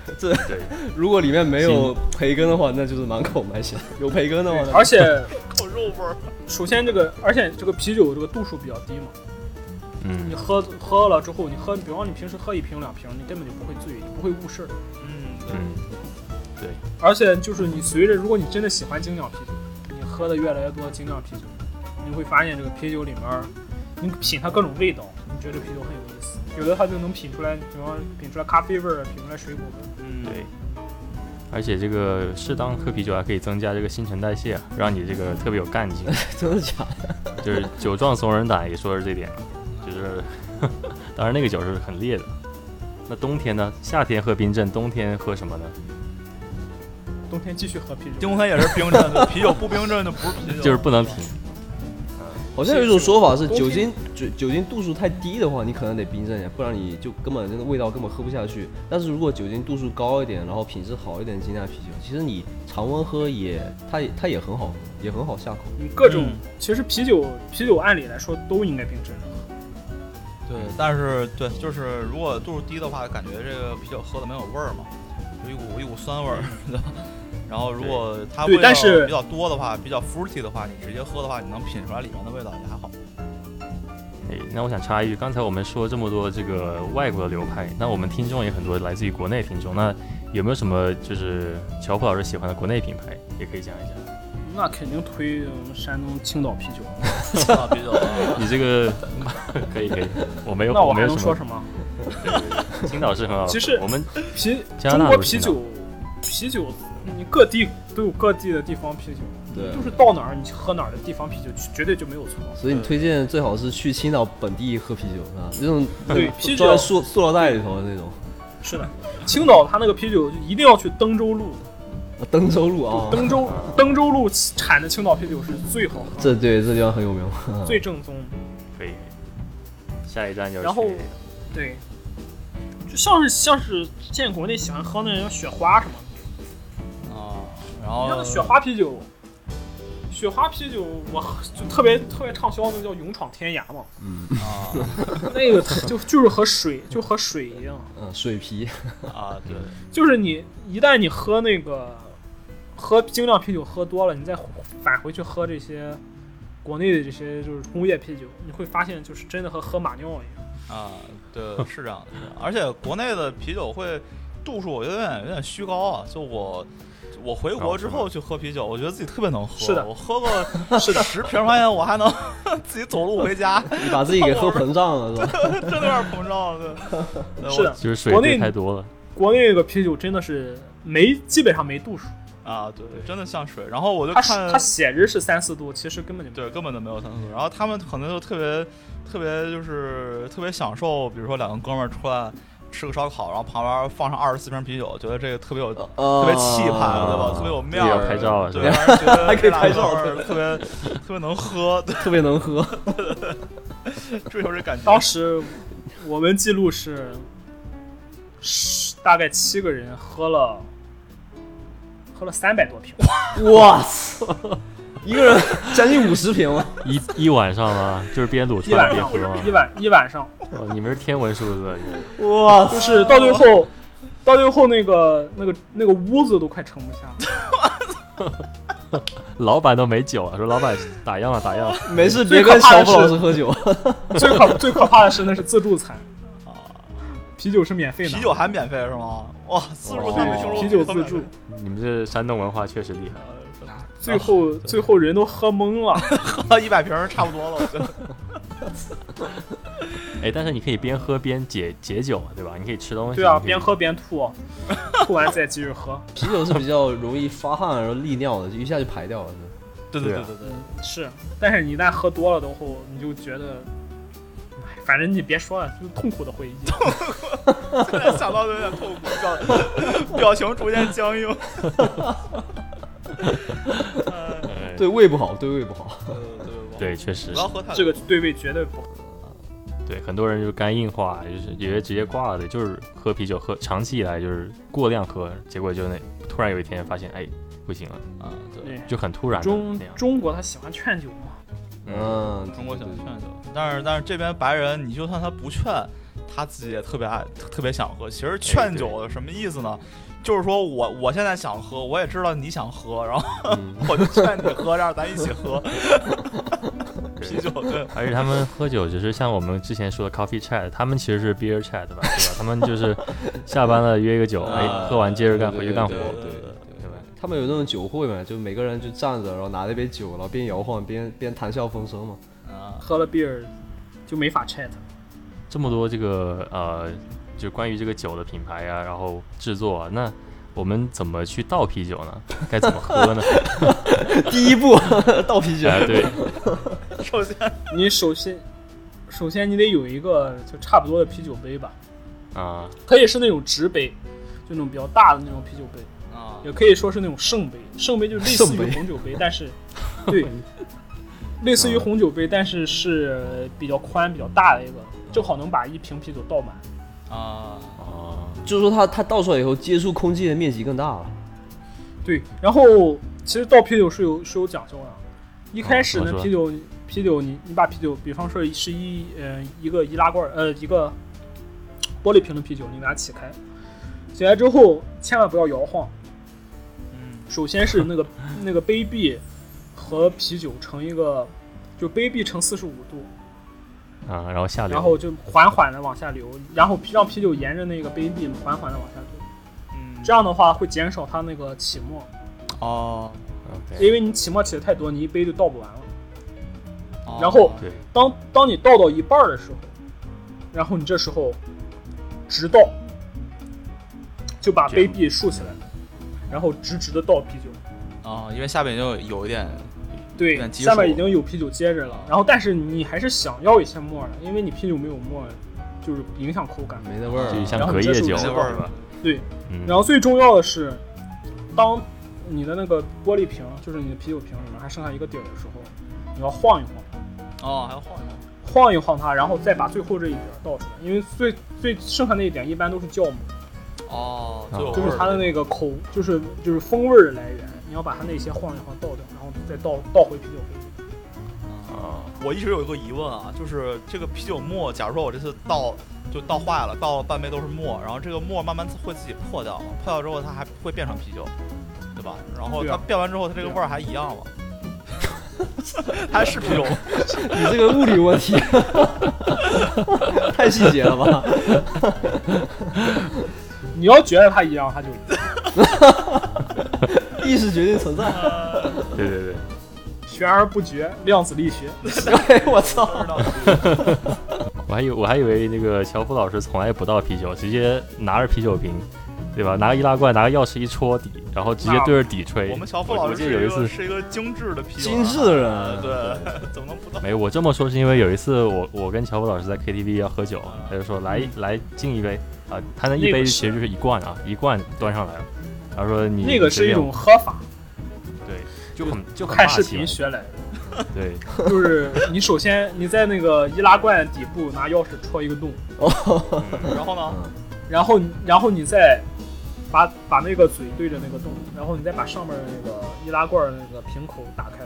Speaker 1: 的。
Speaker 2: 对，
Speaker 1: 嗯
Speaker 3: 如果里面没有培根的话，那就是满口麦香；有培根的话呢，
Speaker 4: 而且
Speaker 1: 口肉味儿。
Speaker 4: 首先这个，而且这个啤酒这个度数比较低嘛，你
Speaker 2: 嗯，
Speaker 4: 喝喝了之后，你喝，比方说你平时喝一瓶两瓶，你根本就不会醉，你不会误事儿。
Speaker 1: 嗯，
Speaker 2: 嗯，
Speaker 4: 而且就是你随着，如果你真的喜欢精酿啤酒，你喝的越来越多精酿啤酒，你会发现这个啤酒里面儿，你品它各种味道，你觉得这啤酒很有意思。有的它就能品出来，比方品出来咖啡味儿，啊品出来水果味儿。
Speaker 1: 嗯，
Speaker 2: 对。而且这个适当喝啤酒还啊可以增加这个新陈代谢啊，让你这个特别有干劲。
Speaker 3: 真的假的？
Speaker 2: 就是酒壮怂人胆也说是这点，就是当然那个酒是很烈的。那冬天呢？夏天喝冰镇，冬天喝什么呢？
Speaker 4: 冬天继续喝啤酒，
Speaker 1: 丁香也是冰镇的，啤酒不冰镇就不是啤酒，
Speaker 2: 就是不能停。
Speaker 3: 好像有一种说法是酒精酒酒精度数太低的话，你可能得冰镇一下，不然你就根本那个味道根本喝不下去。但是如果酒精度数高一点，然后品质好一点的精酿啤酒，其实你常温喝也它也它也很好喝，也很好下口。
Speaker 4: 你各种、
Speaker 1: 嗯
Speaker 4: 其实啤酒啤酒按理来说都应该冰镇，
Speaker 1: 对，但是对，就是如果度数低的话，感觉这个啤酒喝的没有味儿嘛，有一股一股酸味儿。 对吧然后如果它
Speaker 4: 嗯对
Speaker 1: 味道
Speaker 4: 但是
Speaker 1: 比较多的话，比较 fruity 的话，你直接喝的话，你能品出来里面的味道也 还好。
Speaker 2: 哎，那我想插一句，刚才我们说这么多这个外国的流派，那我们听众也很多来自于国内听众，那有没有什么就是乔普老师喜欢的国内品牌，也可以讲一下？
Speaker 4: 那肯定推嗯山东青岛啤酒。
Speaker 1: 啊，啤酒啊，
Speaker 2: 你这个 可以可以，我没有，
Speaker 4: 那我
Speaker 2: 没
Speaker 4: 还
Speaker 2: 有
Speaker 4: 能说
Speaker 2: 么。
Speaker 4: 什么？
Speaker 2: 青岛是很好的，
Speaker 4: 其实
Speaker 2: 我们
Speaker 4: 啤
Speaker 2: 加
Speaker 4: 中
Speaker 2: 拿大
Speaker 4: 国
Speaker 2: 都
Speaker 4: 啤
Speaker 2: 行
Speaker 4: 酒，啤酒你各地都有各地的地方啤酒，
Speaker 3: 对，
Speaker 4: 就是到哪儿你喝哪儿的地方啤酒，绝对就没有错。
Speaker 3: 所以你推荐最好是去青岛本地喝啤酒啊，那种
Speaker 4: 对啤酒
Speaker 3: 装在塑塑料袋里头的那种。
Speaker 4: 是的，青岛它那个啤酒就一定要去登州路，
Speaker 3: 啊登州路啊，
Speaker 4: 登州登州路产的青岛啤酒是最好喝、
Speaker 3: 这对这地方很有名。啊
Speaker 4: 最正宗的。
Speaker 2: 可以。下一站就是
Speaker 4: 然后对，就像是像是现在国内喜欢喝那种雪花什么的，啊
Speaker 1: 然
Speaker 4: 你像
Speaker 1: 后
Speaker 4: 那雪花啤酒。雪花啤酒，我喝就特别特别畅销的叫“勇闯天涯” 嘛，
Speaker 3: 嗯
Speaker 1: 啊
Speaker 4: 那个特就就是和水就和水一样，
Speaker 3: 嗯，水啤，
Speaker 1: 啊，对，
Speaker 4: 就是你一旦你喝那个喝精酿啤酒喝多了，你再返回去喝这些国内的这些就是工业啤酒，你会发现就是真的和喝马尿一样。
Speaker 1: 啊，对，是这样的，是这样而且国内的啤酒会度数，我有点有点虚高啊。就我我回国之后去喝啤酒，我觉得自己特别能喝。
Speaker 4: 是的
Speaker 1: 我喝个十瓶，发现我还能 自己走路回家，
Speaker 3: 你把自己给喝膨胀了 是吧？
Speaker 1: 真的有点膨胀了。对
Speaker 4: 是的，
Speaker 2: 就是水
Speaker 4: 国
Speaker 2: 兑
Speaker 4: 内
Speaker 2: 太多了，
Speaker 4: 国内这个啤酒真的是没基本上没度数，
Speaker 1: 我啊，对，真的像水。然后我就
Speaker 4: 它是
Speaker 1: 看
Speaker 4: 它，写着是三四度，其实根本就没有。
Speaker 1: 对，根本就没有三四度。然后他们可能就特别特别就是特别享受，比如说两个哥们儿出来吃个烧烤，然后旁边放上二十四瓶啤酒，觉得这个特别有
Speaker 4: 哦
Speaker 1: 特
Speaker 3: 特
Speaker 1: 别气派，对吧？
Speaker 2: 啊
Speaker 1: 特别有面
Speaker 2: 也要
Speaker 1: 儿，
Speaker 2: 拍照啊
Speaker 1: 对，
Speaker 2: 是
Speaker 1: 让人觉 得
Speaker 3: 还可以拍照
Speaker 1: 这俩哥们儿特别特别能喝，对，
Speaker 3: 特别能喝。
Speaker 1: 追求这感觉。
Speaker 4: 当时我们记录是十大概七个人喝了喝了三百多瓶，
Speaker 3: 我操，一个人将近五十瓶了。
Speaker 2: 一一晚上啊，就是边卤
Speaker 4: 一
Speaker 2: 串
Speaker 4: 晚
Speaker 2: 边
Speaker 4: 上
Speaker 2: 喝吗
Speaker 4: 一？晚一晚上。
Speaker 2: 哦你们是天文数字，你们
Speaker 3: 哇
Speaker 4: 就，是到最后，到最后那个那个那个屋子都快盛不下了。
Speaker 2: 老板都没酒啊了，说老板打烊了，打烊了。
Speaker 3: 没事，
Speaker 4: 最
Speaker 3: 别
Speaker 4: 可
Speaker 3: 跟小
Speaker 4: 怕的
Speaker 3: 布
Speaker 4: 是
Speaker 3: 老师喝酒。
Speaker 4: 最可最可怕的是那是自助餐，
Speaker 1: 啊
Speaker 4: 啤酒是免费的。哦
Speaker 1: 啤酒还免费是吗？哇，自助餐没听说过，
Speaker 4: 啤酒自助，
Speaker 2: 你们这山东文化确实厉害。啊
Speaker 4: 最后、
Speaker 1: 啊
Speaker 4: 最后人都喝 懵了。
Speaker 1: 喝一百瓶儿差不多了，我觉得。
Speaker 2: 哎，但是你可以边喝边解解酒啊，对吧？你可以吃东西。
Speaker 4: 对
Speaker 2: 你
Speaker 4: 啊，
Speaker 2: 可以
Speaker 4: 边。喝边吐，吐完再继续 喝。
Speaker 3: 啤酒是比较容易发汗然后利尿的，就一下就排掉了。是
Speaker 1: 对对
Speaker 2: 对
Speaker 1: 对
Speaker 2: 啊
Speaker 1: 对对，
Speaker 4: 嗯是，但是你一旦喝多了之后，你就觉得，哎，反正你别说了，就是痛苦的回忆。
Speaker 1: 现在想到都有点痛苦，表表情逐渐僵硬。呃
Speaker 3: 吧对胃不好，对胃不好。
Speaker 1: 对，
Speaker 2: 哎对，确实
Speaker 1: 不要喝太多
Speaker 4: 这个对胃绝对不好。
Speaker 2: 对，很多人就是肝硬化，就是有些直接挂了的，就是喝啤酒喝，长期以来就是过量喝，结果就那突然有一天发现，哎，不行了，
Speaker 1: 啊，对，
Speaker 4: 对，
Speaker 2: 就很突然的
Speaker 4: 中
Speaker 2: 那样。
Speaker 4: 中国他喜欢劝酒嘛，
Speaker 2: 嗯，
Speaker 3: 嗯，
Speaker 1: 中国想
Speaker 3: 对
Speaker 1: 劝酒，但是但是这边白人，你就算他不劝，他自己也特别爱，特特别想喝。其实劝酒的什么意思呢？就是说我我现在想喝，我也知道你想喝，然后
Speaker 3: 嗯
Speaker 1: 我就劝你喝，让咱一起 喝啤酒。对，
Speaker 2: 而且他们喝酒就是像我们之前说的 coffee chat，他们其实是 beer chat 吧，对吧？他们就是下班了约一个 酒，哎，喝完接着干，回去干活，
Speaker 3: 啊对
Speaker 1: 对对
Speaker 3: 对对
Speaker 2: 对吧？
Speaker 3: 他们有那种酒会嘛，就每个人就站着，然后拿了一杯酒，然后边摇晃边边谈笑风生嘛。
Speaker 1: 啊，
Speaker 4: 喝了 beer 就没法 chat。
Speaker 2: 这么多这个呃，就关于这个酒的品牌啊，然后制作啊，那我们怎么去倒啤酒呢？该怎么 喝呢？
Speaker 3: 第一步 倒啤酒，
Speaker 2: 哎、 对，
Speaker 1: 首先
Speaker 4: 你首先，首先你得有一个就差不多的啤酒杯吧，
Speaker 2: 啊、
Speaker 4: 可以是那种直杯，就那种比较大的那种啤酒杯，
Speaker 1: 啊，
Speaker 4: 也可以说是那种圣杯。圣杯就类似
Speaker 3: 圣
Speaker 4: 于
Speaker 3: 杯
Speaker 4: 红酒杯，但是 对，类
Speaker 3: 嗯
Speaker 4: 似于红酒杯，但是是比较宽、比较大的一个，正好能把一瓶啤酒倒满。
Speaker 1: 啊，
Speaker 2: 哦，
Speaker 3: 就是说它它倒出来以后，接触空气的面积更大了。
Speaker 4: 对，然后其实倒啤酒是有是有讲究的。一开始
Speaker 2: 哦怎
Speaker 4: 呢，
Speaker 2: 么说
Speaker 4: 啤酒啤酒你你把啤酒，比方说是一呃一个易拉罐儿呃一个玻璃瓶的啤酒，你给它起开，起来之后千万不要摇晃。
Speaker 1: 嗯
Speaker 4: 首先 是那个那个杯壁和啤酒成一个，就杯壁成四十五度，
Speaker 2: 啊，然后下流，
Speaker 4: 然后就缓缓的往下流，然后啤让啤酒沿着那个杯壁缓缓的往下流，
Speaker 1: 嗯，
Speaker 4: 这样的话会减少它那个起沫。
Speaker 1: 哦，
Speaker 2: OK，
Speaker 4: 因为你起沫起的太多，你一杯就倒不完了。
Speaker 1: 哦
Speaker 4: 然后
Speaker 2: 对，
Speaker 4: 当当你倒到一半儿的时候，然后你这时候直倒，就把
Speaker 2: 这
Speaker 4: 杯
Speaker 2: 样
Speaker 4: 壁竖起来，然后直直的倒啤酒。
Speaker 1: 啊，因为下边就有一点有
Speaker 4: 对
Speaker 1: 点，基础
Speaker 4: 下面已经有啤酒接着了，然后但是你还是想要一些沫儿的，因为你啤酒没有沫儿，就是影响口感。
Speaker 3: 没那味儿
Speaker 2: 就
Speaker 3: 了，
Speaker 2: 像隔夜酒
Speaker 4: 然后这是
Speaker 1: 那
Speaker 4: 我
Speaker 1: 味
Speaker 4: 们
Speaker 1: 儿吧，
Speaker 4: 对，
Speaker 2: 嗯，
Speaker 4: 然后最重要的是，当你的那个玻璃瓶，就是你的啤酒瓶里面还剩下一个底儿的时候，你要晃一晃。
Speaker 1: 哦，还要晃一晃，
Speaker 4: 晃一晃它，然后再把最后这一点儿倒出来，因为最最剩下那一点一般都是酵母，
Speaker 1: 哦，
Speaker 2: 啊
Speaker 1: 就有
Speaker 4: 就
Speaker 1: 味
Speaker 4: 是
Speaker 1: 儿
Speaker 4: 它的那个口，就是就是风味儿的来源。你要把它那些晃一晃倒掉，然后再倒倒回啤酒杯。
Speaker 1: 啊
Speaker 2: 哦，
Speaker 1: 我一直有一个疑问啊，就是这个啤酒沫，假如说我这次倒就倒坏了，倒了半杯都是沫，然后这个沫慢慢会自己破掉吗？破掉之后它还会变成啤酒，对吧？然后
Speaker 4: 对
Speaker 1: 它
Speaker 4: 啊
Speaker 1: 变完之后，它这个味儿还一样吗？它还是啤 酒吗？
Speaker 3: 你这个物理问题 太细节了吧？
Speaker 4: 你要觉得它一样，它就
Speaker 3: 意识决定存在。
Speaker 2: 对对对，
Speaker 4: 悬而不决，量子力学。
Speaker 3: 哎，我操！
Speaker 2: 我还以我还以为那个樵夫老师从来不倒啤酒，直接拿着啤酒瓶，对吧？拿个易拉罐，拿个钥匙一戳底，然后直接对着底吹。
Speaker 1: 我们樵夫老
Speaker 2: 我
Speaker 1: 师
Speaker 2: 记得
Speaker 1: 是
Speaker 2: 有
Speaker 1: 一
Speaker 2: 一次
Speaker 1: 个是一个精致的啤酒，啊
Speaker 3: 精致的人，
Speaker 1: 对， 怎么能不倒？
Speaker 2: 没有，我这么说是因为有一次我我跟乔布老师在 KTV 要喝酒，他就说来来敬一杯啊，他那一
Speaker 4: 嗯那
Speaker 2: 杯
Speaker 4: 个是
Speaker 2: 其实就是一罐啊，一罐端上来了，他说你
Speaker 4: 那个是一种喝法，
Speaker 2: 对，就很就很
Speaker 4: 看
Speaker 2: 霸
Speaker 4: 视
Speaker 2: 气
Speaker 4: 频
Speaker 2: 嘛，
Speaker 4: 学来
Speaker 2: 对，
Speaker 4: 的。就是你首先你在那个易拉罐底部拿钥匙戳一个洞，
Speaker 2: 嗯
Speaker 1: 然后呢？
Speaker 4: 然后你然后你再把把那个嘴对着那个洞，然后你再把上面的那个易拉罐的那个瓶口打开，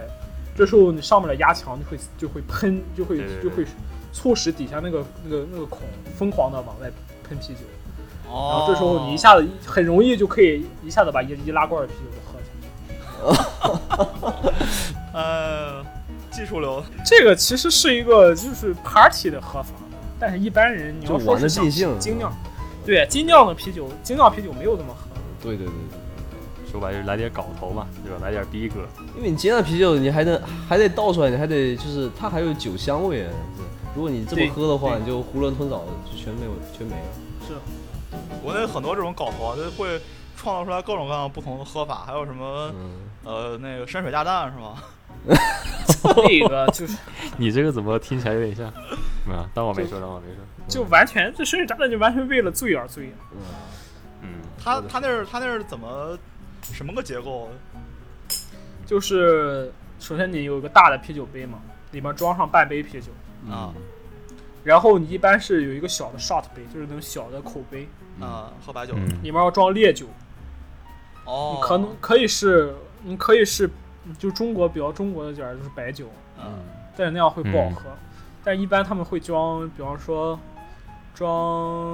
Speaker 4: 这时候你上面的压强就会就会喷，就会
Speaker 2: 对对对
Speaker 4: 就会促使底下那个那个那个孔疯狂的往外喷啤酒，然
Speaker 1: 哦
Speaker 4: 后，这时候你一下子很容易就可以一下子把一易拉罐的啤酒都喝下去。
Speaker 1: 呃，技术流
Speaker 4: 这个其实是一个就是 party 的喝法，但是一般人你
Speaker 3: 就
Speaker 4: 要说
Speaker 3: 玩
Speaker 4: 是
Speaker 3: 的
Speaker 4: 想
Speaker 3: 尽兴了。
Speaker 4: 精酿，对精酿的啤酒，精酿啤酒没有这么喝。
Speaker 3: 对对对对，
Speaker 2: 说白了就是来点搞头嘛，对吧？来点逼格，
Speaker 3: 因为你接那啤酒，你还能还得倒出来，你还得就是它还有酒香味。是如果你这么喝的话，
Speaker 4: 对对
Speaker 3: 你就囫囵吞枣的，就全没有全没了。
Speaker 1: 国内很多这种搞头啊，就会创造出来各种各样不同的喝法，还有什么
Speaker 3: 嗯，
Speaker 1: 呃那个山水炸弹是吗？
Speaker 4: 那个就是
Speaker 2: 你这个怎么听起来有点像？啊，当我没说，当我没说，
Speaker 4: 就完全这深水炸弹就完全为了醉而醉，
Speaker 2: 嗯，
Speaker 1: 他他那是他那是怎么什么个结构？
Speaker 4: 就是首先你有一个大的啤酒杯嘛，里面装上半杯啤酒，
Speaker 3: 嗯
Speaker 1: 啊
Speaker 4: 然后你一般是有一个小的 shot 杯，就是那种小的口杯，
Speaker 1: 啊，喝白酒
Speaker 2: 嗯，
Speaker 4: 里面要装烈酒，
Speaker 1: 哦嗯
Speaker 4: 你，可能可以是你可以是就中国比较中国的点儿就是白酒，
Speaker 3: 啊
Speaker 1: 嗯
Speaker 4: 但是那样会不好喝，但一般他们会装，比方说装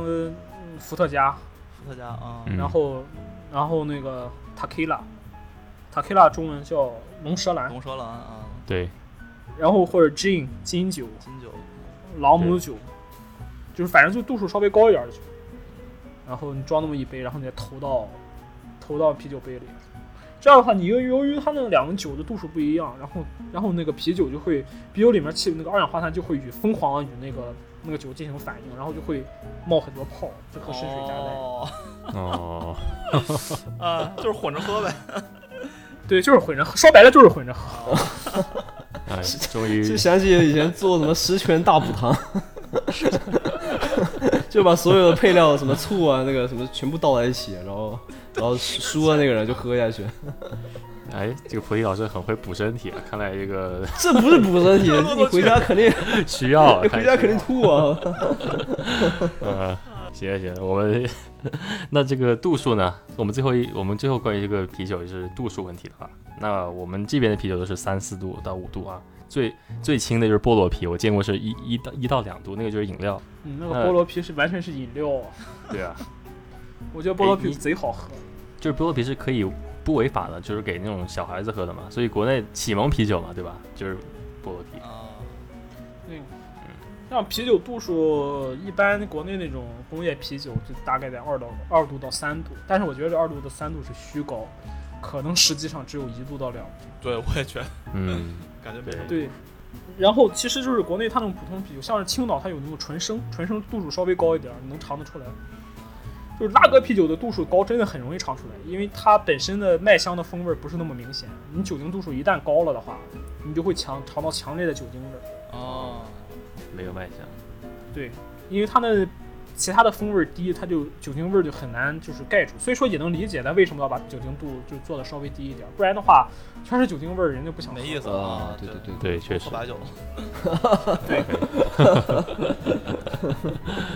Speaker 4: 嗯伏特加，
Speaker 1: 伏特加啊，
Speaker 2: 嗯
Speaker 4: 然后然后那个 tequila，tequila 中文叫龙舌兰，
Speaker 1: 龙舌兰啊，
Speaker 2: 对，
Speaker 4: 然后或者 gin 金酒、
Speaker 1: 金酒，
Speaker 4: 朗姆酒，就是反正就度数稍微高一点的酒，然后你装那么一杯，然后你再投到投到啤酒杯里。这样的话，你由由于它那两个酒的度数不一样，然后然后那个啤酒就会啤酒里面气那个二氧化碳就会与疯狂地与那个那个酒进行反应，然后就会冒很多泡，就和深水炸弹。
Speaker 1: 哦，
Speaker 2: 哦，
Speaker 1: 啊，就是混着喝呗。
Speaker 4: 对，就是混着喝，说白了就是混着喝。
Speaker 2: 哎，终
Speaker 3: 就
Speaker 2: 于
Speaker 3: 想起以前做什么十全大补汤， 就把所有的配料什么醋啊那个什么全部倒在一起，然后然后输了那个人就喝下去。
Speaker 2: 哎，这个菩提老师很会补身体啊，看来这 个
Speaker 3: 这不是补身体，你回家肯定
Speaker 2: 需要啊，
Speaker 3: 你
Speaker 2: 看
Speaker 3: 回
Speaker 2: 来
Speaker 3: 家
Speaker 2: 需
Speaker 3: 肯定
Speaker 2: 要
Speaker 3: 吐啊！
Speaker 2: 呃，行行，我们那这个度数呢？我们最后一，我们最后关于这个啤酒就是度数问题的话，啊那我们这边的啤酒都是三四度到五度啊，最最轻的就是菠萝啤，我见过是一一到一到两度，那个就是饮 料。
Speaker 4: 嗯，那个菠萝啤是完全是饮料啊，
Speaker 2: 对啊，
Speaker 4: 我觉得菠萝
Speaker 2: 哎
Speaker 4: 啤
Speaker 2: 你
Speaker 4: 贼好喝。
Speaker 2: 就是菠萝啤是可以不违法的，就是给那种小孩子喝的嘛，所以国内启蒙啤酒嘛，对吧？就是菠萝啤。
Speaker 1: 啊，
Speaker 4: 对，像啤酒度数，一般国内那种工业啤酒就大概在二到二度到三度，但是我觉得这二度到三度是虚高，可能实际上只有一度到两度。
Speaker 1: 对，我也觉得
Speaker 2: 嗯，
Speaker 1: 感觉没
Speaker 2: 对
Speaker 1: 什么。
Speaker 4: 对，然后其实就是国内它那种普通啤酒，像是青岛它有那种纯生，纯生度数稍微高一点，你能尝得出来。就是拉格啤酒的度数高，真的很容易尝出来，因为它本身的麦香的风味不是那么明显。你酒精度数一旦高了的话，你就会强尝到强烈的酒精味儿。
Speaker 1: 哦，
Speaker 2: 没有卖相。
Speaker 4: 对，因为它的其他的风味儿低，它就酒精味儿就很难就是盖住，所以说也能理解它为什么要把酒精度就做的稍微低一点，不然的话全是酒精味儿，人就不想喝。
Speaker 1: 没意思
Speaker 3: 啊，对
Speaker 1: 对
Speaker 3: 对对，
Speaker 2: 对，确实
Speaker 1: 喝。白酒，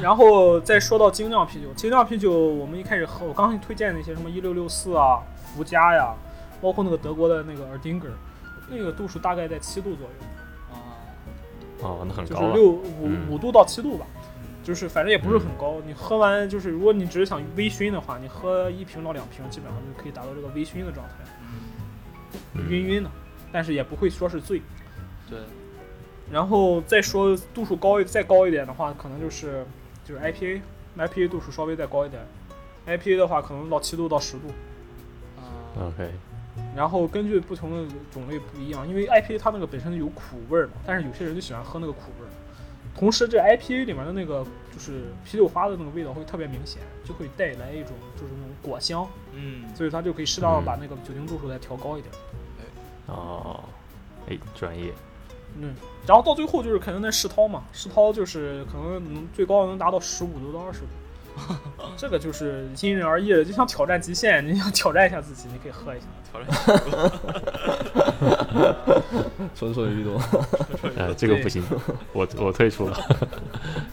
Speaker 4: 然后再说到精酿啤酒，精酿啤酒我们一开始喝，我刚才推荐那些什么一六六四啊、福佳呀，包括那个德国的那个 Erdinger，那个度数大概在七度左右。
Speaker 1: 啊，
Speaker 2: 哦，那很
Speaker 4: 就
Speaker 2: 高
Speaker 4: 是
Speaker 2: 啊。
Speaker 4: 六五
Speaker 2: 嗯
Speaker 4: 五度到七度吧，
Speaker 1: 嗯
Speaker 4: 就是反正也不是很高。你喝完就是，如果你只是想微醺的话，你喝一瓶到两瓶，基本上就可以达到这个微醺的状态，晕
Speaker 2: 嗯
Speaker 4: 晕的，但是也不会说是醉。
Speaker 1: 对，
Speaker 4: 然后再说度数高一再高一点的话，可能就是就是 IPA，IPA 度数稍微再高一点，IPA 的话可能到七度到十度。
Speaker 1: 啊，
Speaker 2: OK，
Speaker 4: 然后根据不同的种类不一样，因为 IPA 它那个本身有苦味儿嘛，但是有些人就喜欢喝那个苦味儿。同时，这 IPA 里面的那个就是啤酒花的那个味道会特别明显，就会带来一种就是那种果香，
Speaker 1: 嗯，
Speaker 4: 所以它就可以适当的把那个酒精度数再调高一点。
Speaker 2: 哦，哎，专业。
Speaker 4: 嗯，然后到最后就是肯定那世涛嘛，世涛就是可能能最高能达到十五度到二 十度，这个就是因人而异的。就想挑战极限， 你想挑战一下自己，你可以喝一下。
Speaker 1: 调整一下。
Speaker 3: 蠢蠢欲动。
Speaker 2: 呃，这个 不行，我我退出了。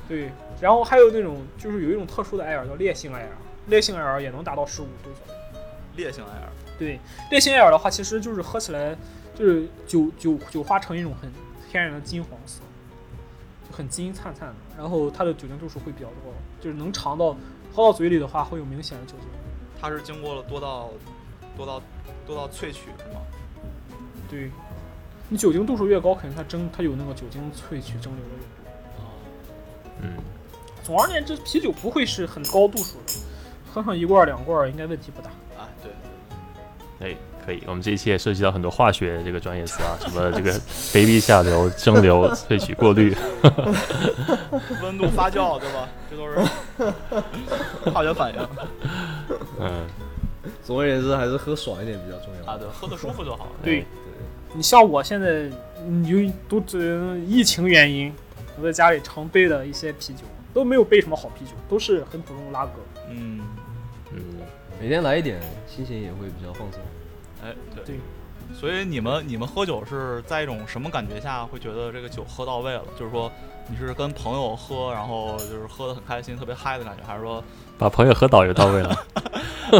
Speaker 4: 对，然后还有那种就是有一种特殊的 IR 叫烈性 IR，烈性 IR 也能达到十五度左右。
Speaker 1: 烈性 IR，
Speaker 4: 对，烈性 IR 的话，其实就是喝起来就是酒酒酒花呈一种很天然的金黄色，就很金灿灿的，然后它的酒精度数会比较多，就是能尝到喝到嘴里的话会有明显的酒精。
Speaker 1: 它是经过了多道多道多道萃取是吗？
Speaker 4: 对，你酒精度数越高，肯定它蒸它有那个酒精萃取蒸馏的越多。
Speaker 2: 嗯，
Speaker 4: 总而言之，啤酒不会是很高度数的，喝上一罐儿两罐儿应该问题不大。
Speaker 1: 啊，对，对
Speaker 2: 哎，可以。我们这一期也涉及到很多化学这个专业词啊，什么这 个卑鄙下流、蒸馏、萃取、过滤。
Speaker 1: 对温度发酵对 吧？这都是 化学反应
Speaker 2: 嗯，
Speaker 3: 总而言之，还是喝爽一点比较重要
Speaker 1: 啊，。对，喝的舒服就好了。
Speaker 4: 对
Speaker 2: 哎，
Speaker 4: 你像我现在，你由于都这疫情原因，我在家里常备的一些啤酒都没有备什么好啤酒，都是很普通的拉格。
Speaker 1: 嗯，
Speaker 2: 嗯，
Speaker 3: 每天来一点，心情也会比较放松。
Speaker 1: 哎，对，
Speaker 4: 对
Speaker 1: 所以你们你们喝酒是在一种什么感觉下会觉得这个酒喝到位了？就是说你是跟朋友喝，然后就是喝的很开心，特别嗨的感觉，还是 说
Speaker 2: 把朋友喝倒就到位了。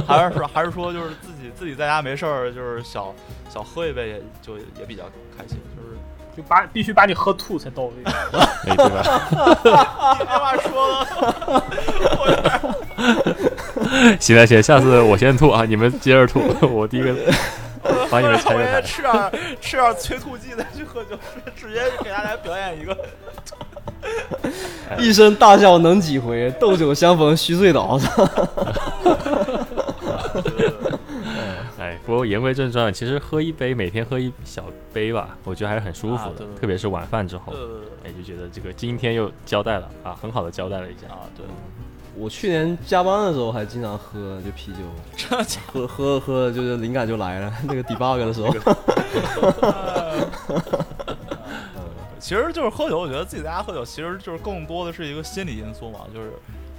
Speaker 1: 还是说还是说就是自己自己在家没事儿，就是小小喝一杯也就也比较开心， 就是
Speaker 4: 就把必须把你喝吐才到 位。嗯
Speaker 2: 哎，对吧？
Speaker 1: 你这话哎说的，
Speaker 2: 行了行了，下次我先吐啊，你们接着吐， 我第 一个把你们拆
Speaker 1: 我
Speaker 2: 开
Speaker 1: 也。吃点儿吃点儿催吐剂再去喝酒， 直接给大家表演一个。
Speaker 3: 一声大笑能几回？斗酒相逢须醉倒。
Speaker 2: 哎，不过言归正传，其实喝一杯，每天喝一小杯吧，我觉得还是很舒服
Speaker 1: 啊对
Speaker 2: 的，
Speaker 1: 对对
Speaker 2: 特别是晚饭之后，
Speaker 1: 呃
Speaker 2: 哎，就觉得这个今天又交代了啊，很好的交代了一下。
Speaker 1: 啊， 对，
Speaker 3: 我去年加班的时候还经常喝就啤酒，
Speaker 1: 真的假的？
Speaker 3: 喝喝着喝着就是灵感就来了。那个 debug 的时候，
Speaker 1: 其实就是喝酒，我觉得自己在家喝酒，其实就是更多的是一个心理因素嘛，就是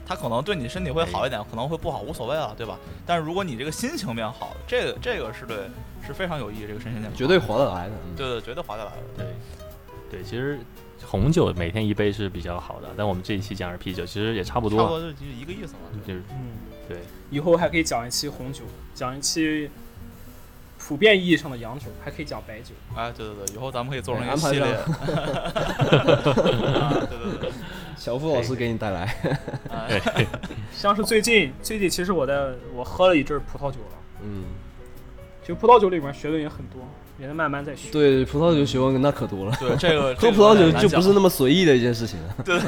Speaker 1: 它可能对你身体会好一点，可能会不好，无所谓了，对吧？但是如果你这个心情变好，这个这个是对是非常有益，这个身心健康
Speaker 3: 绝对划得来的。嗯
Speaker 1: 对对，绝对划得来的。
Speaker 2: 对，对，其实红酒每天一杯是比较好的，但我们这一期讲的是啤酒，其实也差不
Speaker 1: 差不
Speaker 2: 多，
Speaker 1: 多就一个意思嘛。对
Speaker 2: 就是
Speaker 4: 嗯，
Speaker 2: 对，
Speaker 4: 以后还可以讲一期红酒，讲一期普遍意义上的洋酒，还可以讲白酒。
Speaker 1: 哎，对对对，以后咱们可以做成一个
Speaker 3: 哎安排
Speaker 1: 系列。
Speaker 3: 上
Speaker 1: 啊，对对对，
Speaker 3: 小付老师给你带来，
Speaker 1: 哎，
Speaker 4: 像是最近最近，其实我在我喝了一阵儿葡萄酒了。
Speaker 3: 嗯，
Speaker 4: 其实葡萄酒里面学问也很多，也在慢慢在学。
Speaker 3: 对，葡萄酒学问那可多了。
Speaker 1: 对这个
Speaker 3: 喝
Speaker 1: 这个
Speaker 3: 葡萄酒
Speaker 1: 很难
Speaker 3: 就
Speaker 1: 讲
Speaker 3: 不是那么随意的一件事情 了。
Speaker 1: 对，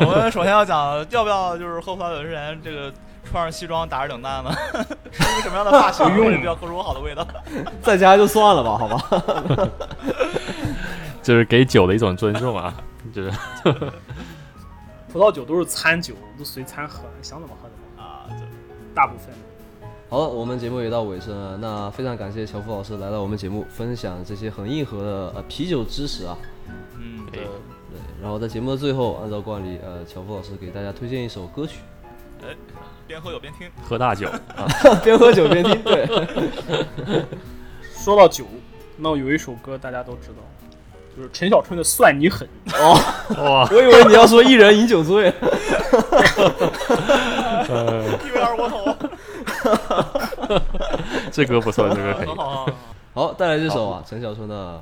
Speaker 1: 我们首先要讲，要不要就是喝葡萄酒之前，这个穿上西装，打着领带呢？ 是一个什么样的发型，
Speaker 4: 用
Speaker 1: 会比较喝出好的味道？
Speaker 3: 在家就算了吧，好吧。
Speaker 2: 这是给酒的一种尊重啊，就是
Speaker 4: 葡萄酒都是餐酒，都随餐喝，想怎么喝怎么
Speaker 1: 啊，对，
Speaker 4: 喝，大部分。
Speaker 3: 好了，我们节目也到尾声了，那非常感谢乔夫老师来到我们节目，分享这些很硬核的呃啤酒知识啊。
Speaker 1: 嗯，
Speaker 2: 可以
Speaker 1: 对，
Speaker 3: 对，然后在节目的最后，按照惯例，呃，乔夫老师给大家推荐一首歌曲，
Speaker 1: 哎，边喝酒边听，
Speaker 2: 喝 大酒。
Speaker 3: 边喝酒边听。 对，
Speaker 4: 说到酒，那有一首歌大家都知道，就是陈小春的《算你狠》。
Speaker 2: 哇，
Speaker 3: 我以为你要说一人饮酒醉。
Speaker 1: 地位二锅头，
Speaker 2: 这歌不错，这歌可以
Speaker 1: 很。好，
Speaker 3: 好，带来这首啊，陈小春的《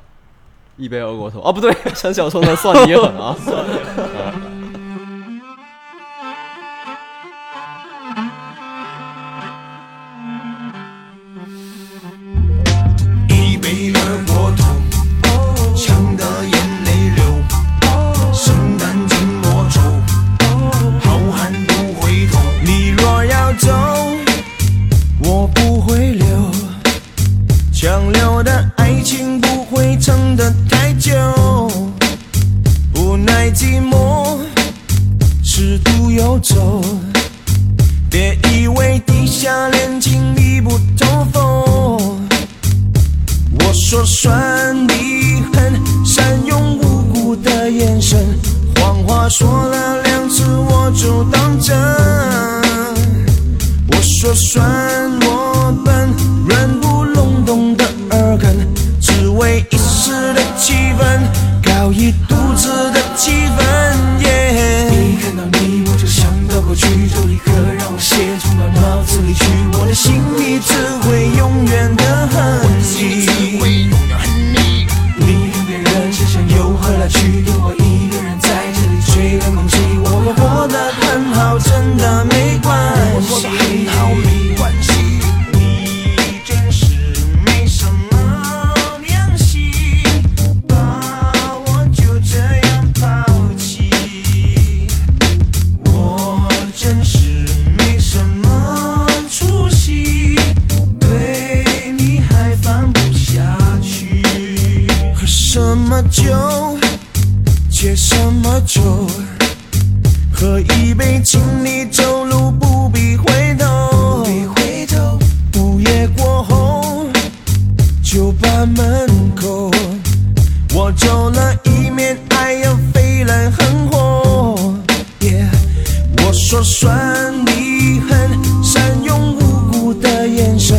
Speaker 3: 一杯二锅头》啊，不对， 陈小春的《算你狠》啊。
Speaker 5: 一杯二锅头，呛得眼泪流，身担紧莫愁，好汉不回头。你若要走，我不会留，强留的爱情不会撑得太久，无奈寂寞是独游走。别以为低下脸睛密不透风。我说算你狠，善用无辜的眼神，谎话说了两次我就当真。我说算我笨，软不隆咚的耳根，只为一时的气氛，搞一肚子的气氛。耶。一看到你我就想倒过去，就立刻让我血冲到脑子里去，我的心里只会永远的恨你。你跟别人身上又何来去？留我一个人在这里吹冷空气，我会活得很好，真的没关系。我活得很好，没关系。你真是没什么良心，把我就这样抛弃。我真是没什么出息，对你还放不下去。喝什么酒，解什么酒，喝一杯，请你走路不必回头。午夜过后，酒吧门口，我走了一面，爱要飞来横祸。Yeah，我说算你狠，善用无辜的眼神，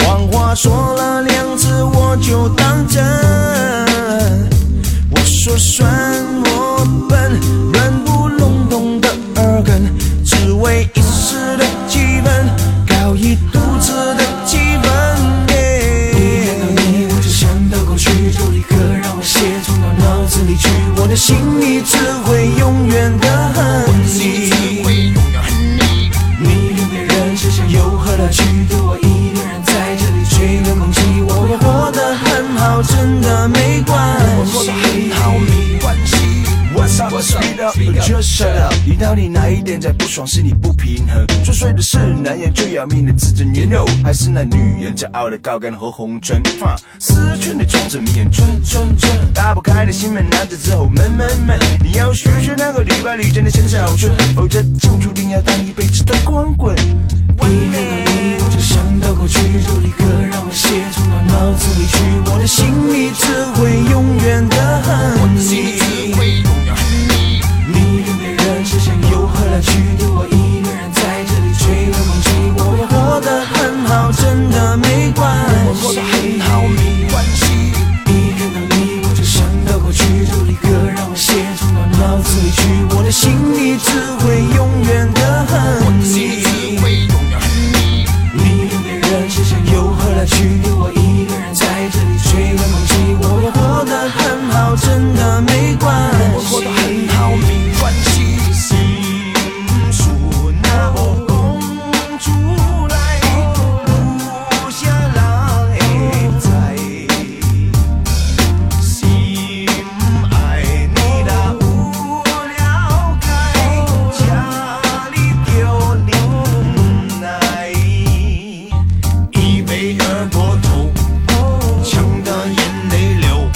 Speaker 5: 谎话说了两次的心里只会永远的恨你。你与别人之间有何乐趣？独我一个人在这里吹冷空气，我会活得很好，真的没关系。What's up? Speak up, just shut up。你到底哪一点在不爽？心里不平衡？最衰的是男人最要命的自尊严，肉还是那女人骄傲的高跟和红唇，放丝圈的穿着迷人，穿穿穿，打不开的心门，拿着之后闷闷闷。你要学学那个礼拜里真的先小春，否则就注定要当一辈子的光棍。你的努力，我就想到过去，有一个让我写出了脑子委屈，我的心里只会永远的恨你。你跟别人之间有何乐趣？独我一个人在这里吹冷空气，我会活得很好，真的没关系。一看到你，我就想到过去，独一个让我写出了脑子里去，我的心里只会永远的恨你。你跟别人之间有何乐趣？独我一个人在这里吹冷空气，我会活得很好，真的没关系。我活得很好，没关系。说那我公出来，不下来在心爱你那无聊开，家里丢牛奶，一杯二锅头，呛得眼泪流，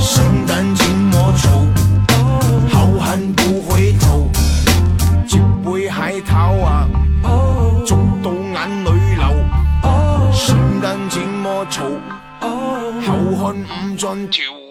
Speaker 5: 圣诞静默愁。好汉不回头，接杯海棠啊，捉到眼裏流。聖誕節莫嘈，後漢唔盡調。